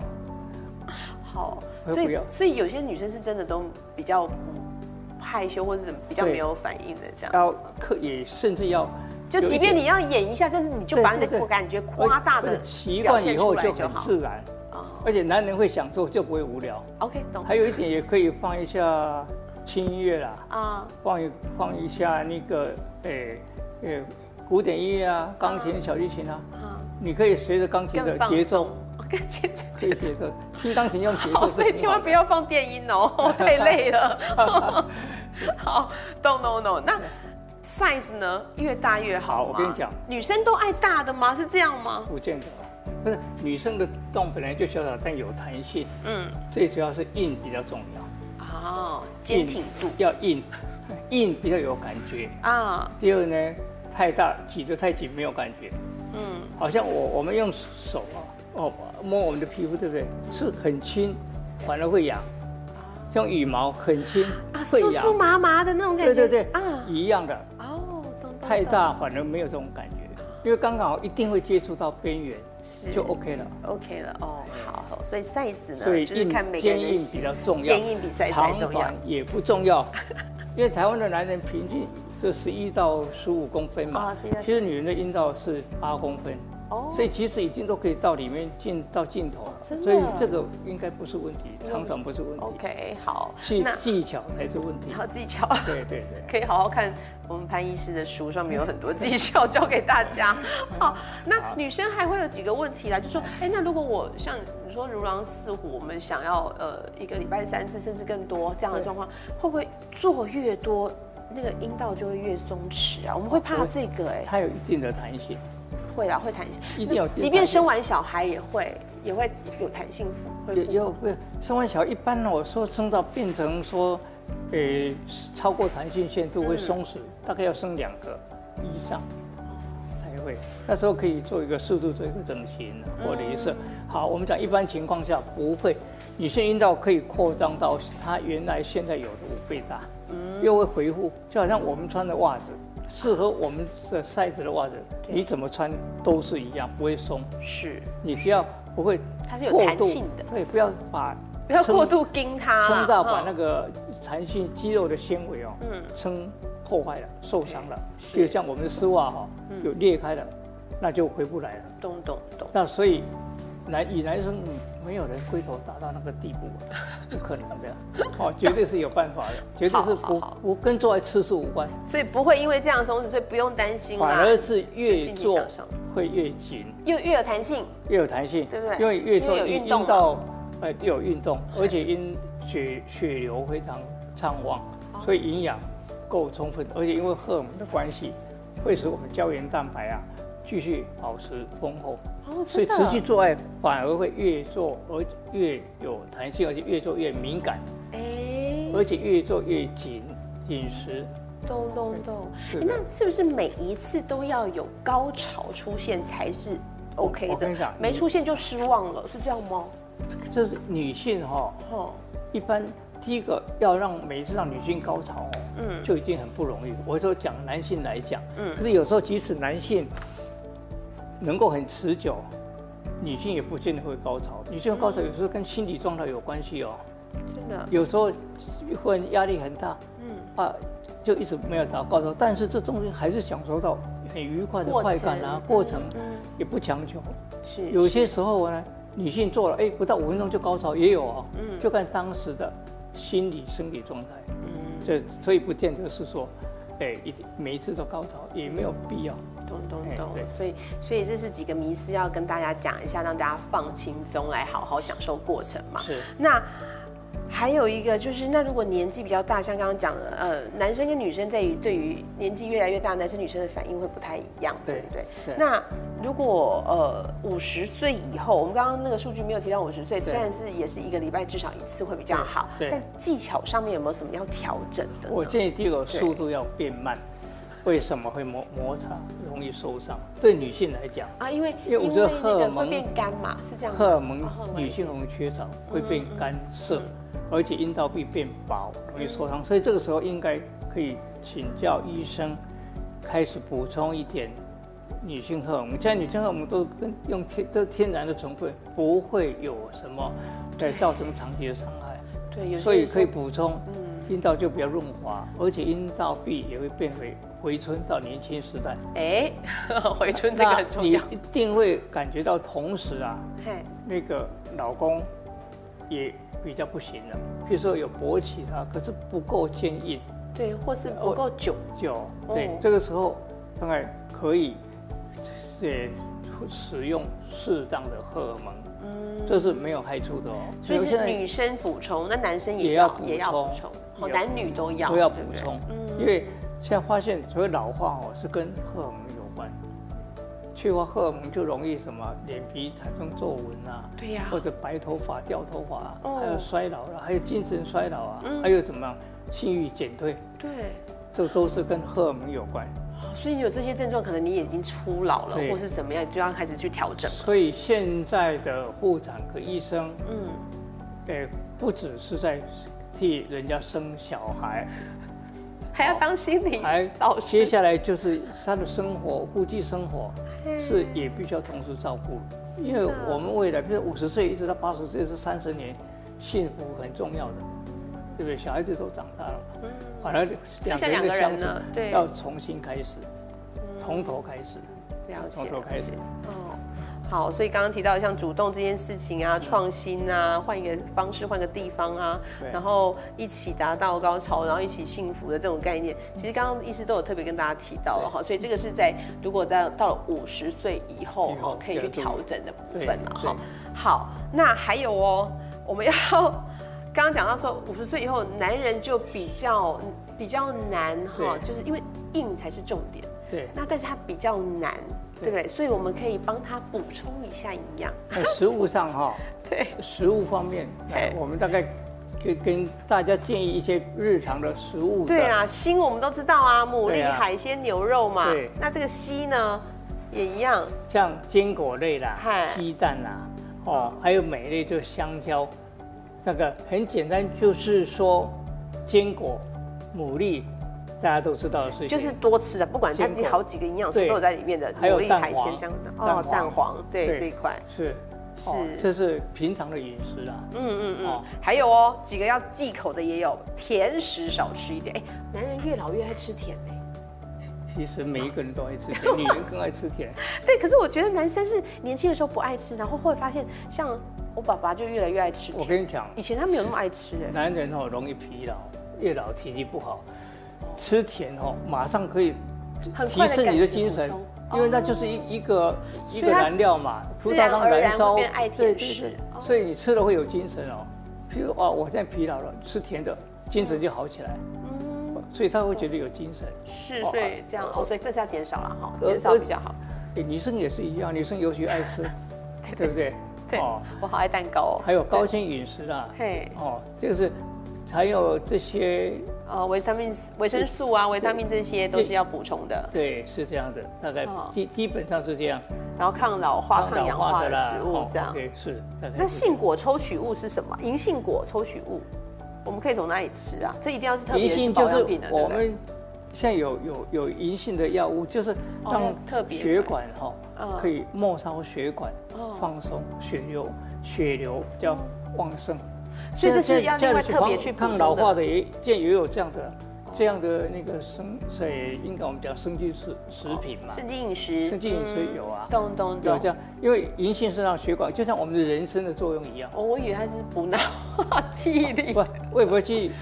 Speaker 2: 好，
Speaker 1: 会
Speaker 2: 所
Speaker 1: 不
Speaker 2: 以
Speaker 1: 要
Speaker 2: 所以有些女生是真的都比较嗯害羞，或者是比较
Speaker 1: 对
Speaker 2: 没有反应的这样。
Speaker 1: 要刻也甚至要
Speaker 2: 就
Speaker 1: 有一
Speaker 2: 即便
Speaker 1: 点
Speaker 2: 你要演一下，但是你就
Speaker 1: 对
Speaker 2: 把你
Speaker 1: 对
Speaker 2: 的
Speaker 1: 对
Speaker 2: 感觉夸大
Speaker 1: 而
Speaker 2: 的
Speaker 1: 且习惯以后就很自然，
Speaker 2: 啊。
Speaker 1: 而且男人会享受，就不会无聊。
Speaker 2: OK，懂
Speaker 1: 还有一点也可以放一下轻音乐啦，
Speaker 2: 啊，
Speaker 1: 放一放一下那个诶诶古典音乐啊，钢琴、小提琴啊，
Speaker 2: 啊
Speaker 1: 你可以随着钢琴的
Speaker 2: 嗯更放
Speaker 1: 节奏
Speaker 2: 松，，哦更 节奏
Speaker 1: 可以节奏听钢琴用节
Speaker 2: 好，
Speaker 1: 奏
Speaker 2: 所
Speaker 1: 是
Speaker 2: 以
Speaker 1: 很
Speaker 2: 千
Speaker 1: 好
Speaker 2: 万
Speaker 1: 的
Speaker 2: 不要放电音 哦，太累了。 好，no no no，那 size 呢，越大越好
Speaker 1: 好
Speaker 2: 吗
Speaker 1: 我跟你讲，
Speaker 2: 女生都爱大的吗？是这样吗？
Speaker 1: 不见得，不是女生的洞本来就小小，但有弹性，
Speaker 2: 嗯，
Speaker 1: 最主要是硬比较重要，
Speaker 2: 哦，坚挺度
Speaker 1: 要硬，硬比较有感觉。
Speaker 2: 啊，
Speaker 1: 第二呢，太大挤得太紧没有感觉，
Speaker 2: 嗯，
Speaker 1: 好像我我们用手啊，哦摸我们的皮肤，对不对？是很轻，反而会痒。像羽毛很轻
Speaker 2: 啊，，
Speaker 1: 会
Speaker 2: 酥
Speaker 1: 痒。
Speaker 2: 酥麻麻的那种感觉，
Speaker 1: 对对对，
Speaker 2: 啊，
Speaker 1: 一样的，
Speaker 2: 哦，懂懂
Speaker 1: 太
Speaker 2: 懂
Speaker 1: 大反而没有这种感觉，因为刚好一定会接触到边缘，
Speaker 2: 是
Speaker 1: 就 OK 了。
Speaker 2: OK 了哦，好，好所以 size 呢，
Speaker 1: 所以
Speaker 2: 就是
Speaker 1: 硬
Speaker 2: 看每个
Speaker 1: 坚
Speaker 2: 人的
Speaker 1: 硬比
Speaker 2: 喜
Speaker 1: 较重要，
Speaker 2: 坚硬比 size 还
Speaker 1: 长
Speaker 2: 重要
Speaker 1: 短。也不重要，因为台湾的男人平均这十一到十五公分嘛
Speaker 2: 哦11，
Speaker 1: 其实女人的阴道是八公分。
Speaker 2: 哦
Speaker 1: 所以其实已经都可以到里面进到尽头，
Speaker 2: 真的嗯
Speaker 1: 所以这个应该不是问题，长短不是问题，
Speaker 2: OK，好，
Speaker 1: 是
Speaker 2: 那
Speaker 1: 技巧才是问题。
Speaker 2: 好技巧。
Speaker 1: 对对对。
Speaker 2: 可以好好看我们潘医师的书，上面有很多技巧教给大 家。好，
Speaker 1: 嗯
Speaker 2: 那女生还会有几个问题啦，就说，哎，那如果我像你说如狼似虎，我们想要呃一个礼拜三次甚至更多这样的状况，会不会做越多那个阴道就会越松弛啊？我们会怕
Speaker 1: 不会
Speaker 2: 这个哎、
Speaker 1: 它有一定的弹性，
Speaker 2: 会啦，会弹性，
Speaker 1: 一定有弹性
Speaker 2: 即便生完小孩也会也会有弹性复
Speaker 1: 也
Speaker 2: 恢
Speaker 1: 也
Speaker 2: 复。
Speaker 1: 有不生完小孩一般呢，我说生到变成说，呃，超过弹性限度会松弛，大概要生两个以上才会。那时候可以做一个适度做一个整形啊或镭射。好，我们讲一般情况下不会，女性阴道可以扩张到它原来现在有的五倍大，又会回复，就好像我们穿的袜子。适合我们的 size 的袜子，
Speaker 2: 对
Speaker 1: 你怎么穿都是一样，不会松。
Speaker 2: 是，
Speaker 1: 你只要不会
Speaker 2: 它是有
Speaker 1: 过
Speaker 2: 弹
Speaker 1: 度
Speaker 2: 性的，
Speaker 1: 对，不要把
Speaker 2: 不要
Speaker 1: 撑
Speaker 2: 过度盯它啦
Speaker 1: 撑到把
Speaker 2: 嗯
Speaker 1: 那个弹性肌肉的纤维哦，
Speaker 2: 嗯
Speaker 1: 撑破坏了、受伤了，
Speaker 2: 是嗯
Speaker 1: 就像我们的丝袜哈、有裂开了，那就回不来了。
Speaker 2: 懂懂懂，
Speaker 1: 那所以男以男生嗯没有人龟头达到那个地步啊、 不可能的哦，绝对是有办法的，绝对是
Speaker 2: 好好
Speaker 1: 不
Speaker 2: 好
Speaker 1: 不跟做爱次数无关，
Speaker 2: 所以不会因为这样松弛，所以不用担心
Speaker 1: 反
Speaker 2: 啦，
Speaker 1: 而是越
Speaker 2: 尽情
Speaker 1: 做
Speaker 2: 享受
Speaker 1: 会越紧。
Speaker 2: 越越有弹性，
Speaker 1: 越有弹性，
Speaker 2: 对不对
Speaker 1: 因为越做
Speaker 2: 因为有
Speaker 1: 阴
Speaker 2: 运动嘛
Speaker 1: 阴道，呃，有运动，而且因血血流
Speaker 2: 哦
Speaker 1: 非常畅旺，所以营养够充分，而且因为荷尔蒙的关系，会使我们胶原蛋白啊继续保持丰厚，
Speaker 2: 哦，
Speaker 1: 所以
Speaker 2: 真
Speaker 1: 持
Speaker 2: 的
Speaker 1: 续做爱反而会越做而越有弹性，而且越做越敏感，
Speaker 2: 哎，
Speaker 1: 而且越做越紧饮食。
Speaker 2: 咚咚咚，
Speaker 1: 是
Speaker 2: 哎
Speaker 1: 的
Speaker 2: 那，是不是每一次都要有高潮出现才是 OK
Speaker 1: 我跟你
Speaker 2: 的
Speaker 1: 讲？
Speaker 2: 没出现就失望了，是这样吗？
Speaker 1: 这是女性哈、
Speaker 2: 哦，
Speaker 1: 一般第一个要让每一次让女性高潮哦，
Speaker 2: 嗯
Speaker 1: 就已经很不容易。我说讲男性来讲，
Speaker 2: 嗯
Speaker 1: 可是有时候即使男性能够很持久，女性也不见得会高潮。女性的高潮有时候跟心理状态有关系哦，
Speaker 2: 真的，
Speaker 1: 有时候忽然压力很大
Speaker 2: 嗯，
Speaker 1: 啊，就一直没有到高潮，但是这中间还是享受到很愉快的
Speaker 2: 过
Speaker 1: 快
Speaker 2: 程
Speaker 1: 感啊，过程
Speaker 2: 嗯，
Speaker 1: 也不强求。
Speaker 2: 是，
Speaker 1: 有些时候呢，女性做了，哎，不到五分钟就高潮也有哦，
Speaker 2: 嗯
Speaker 1: 就看当时的心理生理状态。
Speaker 2: 嗯，
Speaker 1: 这所以不见得是说，哎，一定每一次都高潮也没有必要。
Speaker 2: 咚咚
Speaker 1: 哎
Speaker 2: 咚
Speaker 1: 对，
Speaker 2: 所以所以这是几个迷思要跟大家讲一下，让大家放轻松，来好好享受过程嘛。
Speaker 1: 是
Speaker 2: 那还有一个就是，那如果年纪比较大，像刚刚讲的，呃，男生跟女生在于对于年纪越来越大，男生女生的反应会不太一样，
Speaker 1: 对
Speaker 2: 对不对？
Speaker 1: 对
Speaker 2: 那如果呃五十岁以后，我们刚刚那个数据没有提到五十岁，虽然是也是一个礼拜至少一次会比较好，
Speaker 1: 对对
Speaker 2: 但技巧上面有没有什么要调整的呢？
Speaker 1: 我建议第一个速度要变慢。为什么会摩摩擦容易受伤？对女性来讲，
Speaker 2: 啊，因为
Speaker 1: 因为我觉得
Speaker 2: 那
Speaker 1: 荷尔
Speaker 2: 个会
Speaker 1: 蒙
Speaker 2: 变干嘛，是这样吗
Speaker 1: 荷尔蒙
Speaker 2: 啊荷尔蒙
Speaker 1: 女性荷尔蒙缺少会变干涩，而且阴道壁变薄，容易受伤。所以这个时候应该可以请教医生，开始补充一点女性荷尔蒙。现在女性荷尔蒙都跟用天都天然的成分，不会有什么对造成长期的伤害。
Speaker 2: 对，有些嗯
Speaker 1: 所以
Speaker 2: 人
Speaker 1: 可以
Speaker 2: 说
Speaker 1: 补充，阴道就比较润滑，而且阴道壁也会变回回春到年轻时代。
Speaker 2: 哎， 回春这个很重要
Speaker 1: 那，你一定会感觉到同时啊，
Speaker 2: 嘿，
Speaker 1: 那个老公也比较不行了，譬如说有勃起啊，可是不够坚硬，
Speaker 2: 对，或是不够久，
Speaker 1: 就对、
Speaker 2: 哦
Speaker 1: 这个时候当然可以，也使用适当的荷尔蒙，
Speaker 2: 嗯。
Speaker 1: 这是没有害处的哦。
Speaker 2: 所以
Speaker 1: 有些
Speaker 2: 是
Speaker 1: 人
Speaker 2: 女生补充，那男生也
Speaker 1: 也
Speaker 2: 要
Speaker 1: 要补
Speaker 2: 也要补
Speaker 1: 充
Speaker 2: 充，
Speaker 1: 也要
Speaker 2: 哦，男女都要
Speaker 1: 都要补
Speaker 2: 对不对
Speaker 1: 充，
Speaker 2: 嗯
Speaker 1: 因为现在发现所谓老化哦是跟荷尔蒙有关，缺乏荷尔蒙就容易什么脸皮产生皱纹啊，
Speaker 2: 对呀
Speaker 1: 或者白头发掉头发、啊，
Speaker 2: 哦
Speaker 1: 还有衰老了、还有精神衰老啊，
Speaker 2: 嗯
Speaker 1: 还有怎么样性欲减退，
Speaker 2: 对，
Speaker 1: 这都是跟荷尔蒙有关。
Speaker 2: 所以你有这些症状，可能你已经初老了，
Speaker 1: 对
Speaker 2: 或是怎么样，就要开始去调整了。
Speaker 1: 所以现在的妇产科医生，
Speaker 2: 嗯，
Speaker 1: 诶、不只是在替人家生小孩，
Speaker 2: 还要当心理
Speaker 1: 还
Speaker 2: 导
Speaker 1: 接
Speaker 2: 师，
Speaker 1: 下来就是他的生活，夫妻生活
Speaker 2: 嗯
Speaker 1: 是也必须要同时照顾，因
Speaker 2: 啊
Speaker 1: 为我们未来，比如五十岁一直到八十岁这三十年，幸福很重要的，对不对？小孩子都长大了，
Speaker 2: 嗯
Speaker 1: 反而两个人的
Speaker 2: 剩下
Speaker 1: 相
Speaker 2: 两个人
Speaker 1: 处
Speaker 2: 了对嗯
Speaker 1: 要重新开始，从头开始，
Speaker 2: 了解
Speaker 1: 从头开始。
Speaker 2: 哦，好，所以刚刚提到像主动这件事情啊，创新啊，换一个方式，换个地方啊，
Speaker 1: 对
Speaker 2: 然后一起达到高潮，然后一起幸福的这种概念，其实刚刚医师都有特别跟大家提到了哈，所以这个是在如果到到了五十岁以后
Speaker 1: 以
Speaker 2: 哈
Speaker 1: 后，
Speaker 2: 可以去
Speaker 1: 这个就
Speaker 2: 调整的部分嘛
Speaker 1: 对
Speaker 2: 哈。好，那还有哦，我们要刚刚讲到说五十岁以后，男人就比较比较难哈，
Speaker 1: 对
Speaker 2: 就是因为硬才是重点。
Speaker 1: 对，
Speaker 2: 那但是它比较难，对
Speaker 1: 对
Speaker 2: 不对？所以我们可以帮他补充一下营养。
Speaker 1: 在食物上哈、
Speaker 2: 对，
Speaker 1: 食物方面，来
Speaker 2: 哎
Speaker 1: 我们大概跟跟大家建议一些日常的食物的
Speaker 2: 对啊啦，锌我们都知道啊，牡
Speaker 1: 对
Speaker 2: 蛎、
Speaker 1: 啊
Speaker 2: 海鲜、牛肉嘛
Speaker 1: 对。
Speaker 2: 那这个硒呢，也一样。
Speaker 1: 像坚果类啦
Speaker 2: 嗨、
Speaker 1: 鸡蛋啦，哦，还有美类就是香蕉，那个很简单，就是说坚果、牡蛎，大家都知道的事情，
Speaker 2: 就是多吃的，不管它
Speaker 1: 坚
Speaker 2: 自
Speaker 1: 果
Speaker 2: 己好几个营养素
Speaker 1: 对
Speaker 2: 都有在里面的，
Speaker 1: 还有蛋
Speaker 2: 海鲜、
Speaker 1: 黄
Speaker 2: 香
Speaker 1: 蛋
Speaker 2: 哦，
Speaker 1: 黄
Speaker 2: 蛋黄，对
Speaker 1: 对
Speaker 2: 这一块，
Speaker 1: 是哦
Speaker 2: 是
Speaker 1: 这是平常的饮食啦。
Speaker 2: 嗯嗯嗯
Speaker 1: 哦，
Speaker 2: 还有哦，几个要忌口的也有，甜食少吃一点。哎，男人越老越爱吃甜哎。
Speaker 1: 其实每一个人都爱吃甜，女人更爱吃 甜。
Speaker 2: 对，可是我觉得男生是年轻的时候不爱吃，然后会发现，像我爸爸就越来越爱吃
Speaker 1: 我
Speaker 2: 甜。
Speaker 1: 跟你讲，
Speaker 2: 以前他没有那么爱吃哎。
Speaker 1: 男人哦容易疲劳，越老体力不好，吃甜哦马上可以
Speaker 2: 很
Speaker 1: 提
Speaker 2: 快地
Speaker 1: 升你的
Speaker 2: 感觉
Speaker 1: 精神
Speaker 2: 补充，哦
Speaker 1: 因为那就是一一个一
Speaker 2: 所
Speaker 1: 个
Speaker 2: 以它
Speaker 1: 燃料嘛，葡
Speaker 2: 自
Speaker 1: 萄
Speaker 2: 然
Speaker 1: 糖
Speaker 2: 而然
Speaker 1: 燃烧
Speaker 2: 会变爱，
Speaker 1: 对
Speaker 2: 甜
Speaker 1: 对
Speaker 2: 食
Speaker 1: 对
Speaker 2: 哦，
Speaker 1: 所以你吃了哦会有精神哦。譬如啊，我现在疲劳了，吃甜的，精神就好起来。
Speaker 2: 嗯，
Speaker 1: 所以他会觉得有精神。
Speaker 2: 是，
Speaker 1: 哦呃
Speaker 2: 所以这样哦，所以这是要减少了哈，减少比较好。
Speaker 1: 诶女生也是一样，女生尤其爱吃，对不对？
Speaker 2: 对
Speaker 1: 哦，
Speaker 2: 我好爱蛋糕哦。
Speaker 1: 还有高纤饮食啊，
Speaker 2: 嘿，
Speaker 1: 哦，就是还有这些，
Speaker 2: 呃，维他命、维生素啊，维他命这些都是要补充的，
Speaker 1: 对，是这样的，大概
Speaker 2: 哦
Speaker 1: 基基本上是这样，
Speaker 2: 然后抗老化、抗氧化的食物
Speaker 1: 哦
Speaker 2: 这样。
Speaker 1: 对，是。大概
Speaker 2: 那
Speaker 1: 是
Speaker 2: 杏果抽取物是什么？银杏果抽取物，我们可以从哪里吃啊？这一定要是特别
Speaker 1: 银
Speaker 2: 是
Speaker 1: 杏
Speaker 2: 保
Speaker 1: 就是
Speaker 2: 养品的，对
Speaker 1: 我
Speaker 2: 不对？
Speaker 1: 们现在有有有银杏的药物，就是
Speaker 2: 哦
Speaker 1: 让
Speaker 2: 要特别
Speaker 1: 血管哈、
Speaker 2: 嗯
Speaker 1: 可以末梢血管、
Speaker 2: 哦
Speaker 1: 放松，血流血流比较旺盛。
Speaker 2: 所以这是要
Speaker 1: 这
Speaker 2: 另
Speaker 1: 样
Speaker 2: 外
Speaker 1: 子
Speaker 2: 特别
Speaker 1: 防
Speaker 2: 去补
Speaker 1: 抗
Speaker 2: 充
Speaker 1: 老化
Speaker 2: 的。哦
Speaker 1: 的也，这也有这样的这样的那个生，所以应该我们讲生菌食食品嘛，
Speaker 2: 生津饮食，
Speaker 1: 生菌饮食
Speaker 2: 嗯
Speaker 1: 有啊
Speaker 2: 懂懂
Speaker 1: 有这
Speaker 2: 懂。
Speaker 1: 样，因为银杏是让血管，就像我们的人参的作用一样。
Speaker 2: 哦，我以为它是补脑 记忆力。
Speaker 1: 不，为不去，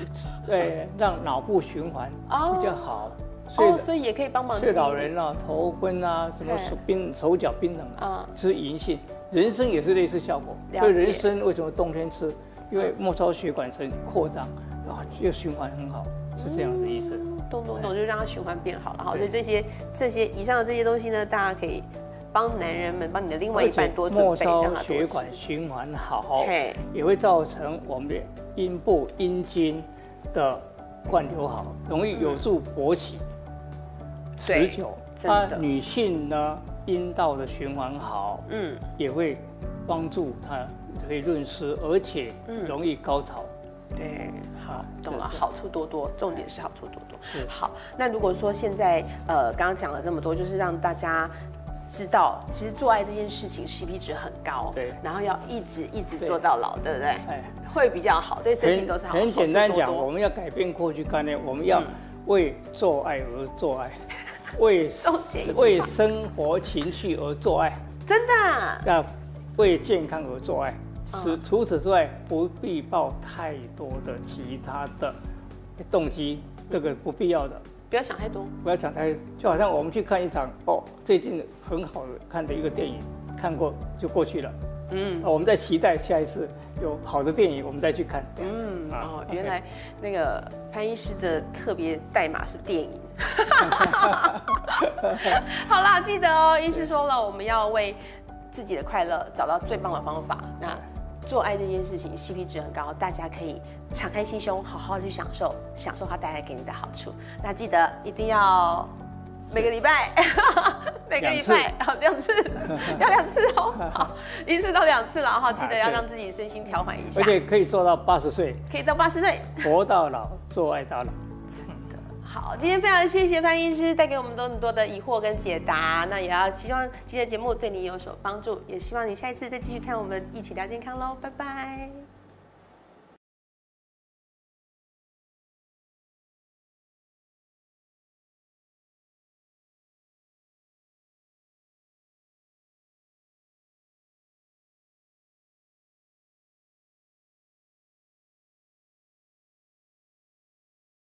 Speaker 1: 呃，让脑部循环
Speaker 2: 哦
Speaker 1: 比较好，所以
Speaker 2: 哦，所哎以也可以帮忙。
Speaker 1: 所以老，人啊，头昏啊，什么
Speaker 2: 对
Speaker 1: 手冰手脚冰冷
Speaker 2: 嗯
Speaker 1: 啊，吃银杏，人参也是类似效果。
Speaker 2: 哦了
Speaker 1: 所以人
Speaker 2: 解
Speaker 1: 参为什么冬天吃？因为末梢血管层扩张，啊，这个循环很好，是这样的意思。
Speaker 2: 懂懂懂，就让它循环变好了哈。
Speaker 1: 对
Speaker 2: 所以这些这些以上的这些东西呢，大家可以帮男人们，帮你的另外一半多准
Speaker 1: 末
Speaker 2: 备，让
Speaker 1: 梢
Speaker 2: 他
Speaker 1: 血
Speaker 2: 多
Speaker 1: 管
Speaker 2: 吃。
Speaker 1: 循环好
Speaker 2: 嘿，
Speaker 1: 也会造成我们的阴部阴茎的灌流好，容易有助勃起、持
Speaker 2: 对
Speaker 1: 久。
Speaker 2: 真
Speaker 1: 那
Speaker 2: 的
Speaker 1: 啊女性呢，阴道的循环好，
Speaker 2: 嗯，
Speaker 1: 也会帮助她可以润湿，而且容易高潮。啊
Speaker 2: 对，好，懂了，
Speaker 1: 对对
Speaker 2: 好处多多，重点是好处多多
Speaker 1: 是。
Speaker 2: 好，那如果说现在呃，刚刚讲了这么多，就是让大家。知道，其实做爱这件事情 CP 值很高，
Speaker 1: 对
Speaker 2: 然后要一直一直
Speaker 1: 对
Speaker 2: 做到老，对不对？
Speaker 1: 哎，
Speaker 2: 会比较好，对身体
Speaker 1: 很
Speaker 2: 都是好。
Speaker 1: 很
Speaker 2: 好处
Speaker 1: 简单
Speaker 2: 多
Speaker 1: 讲，哦
Speaker 2: 多
Speaker 1: 我们要改变过去观念，我们要为 做爱而做爱，为
Speaker 2: 终结一句话
Speaker 1: 为生活情趣而做爱。
Speaker 2: 真的啊
Speaker 1: 要为健康而做爱。
Speaker 2: 哦
Speaker 1: 是除此之外，不必抱太多的其他的动机，这个不必要的。
Speaker 2: 不要想太多。
Speaker 1: 不要讲太，就好像我们去看一场哦，最近很好的看的一个电影，看过就过去了。
Speaker 2: 嗯
Speaker 1: 啊，我们在期待下一次有好的电影，我们再去看。
Speaker 2: 嗯，
Speaker 1: 啊
Speaker 2: 哦，
Speaker 1: ，OK
Speaker 2: 原来那个潘医师的特别代码是 电影。好啦，记得哦，医师说了，我们要为自己的快乐找到最棒的方法。那做爱这件事情，CP 值很高，大家可以敞开心胸，好好去享受，享受它带来给你的好处。那记得一定要每个礼拜，每个礼拜啊 两 次，要两次哦，好，一次到两次了哈，记得要
Speaker 1: 对
Speaker 2: 让自己身心调缓一下
Speaker 1: 而。且可以做到八十岁，
Speaker 2: 可以到八十岁。
Speaker 1: 活到老，做爱到老。
Speaker 2: 好，今天非常谢谢潘医师带给我们多很多的疑惑跟解答，那也要希望今天的节目对你有所帮助，也希望你下一次再继续看我们一起聊健康喽，拜拜。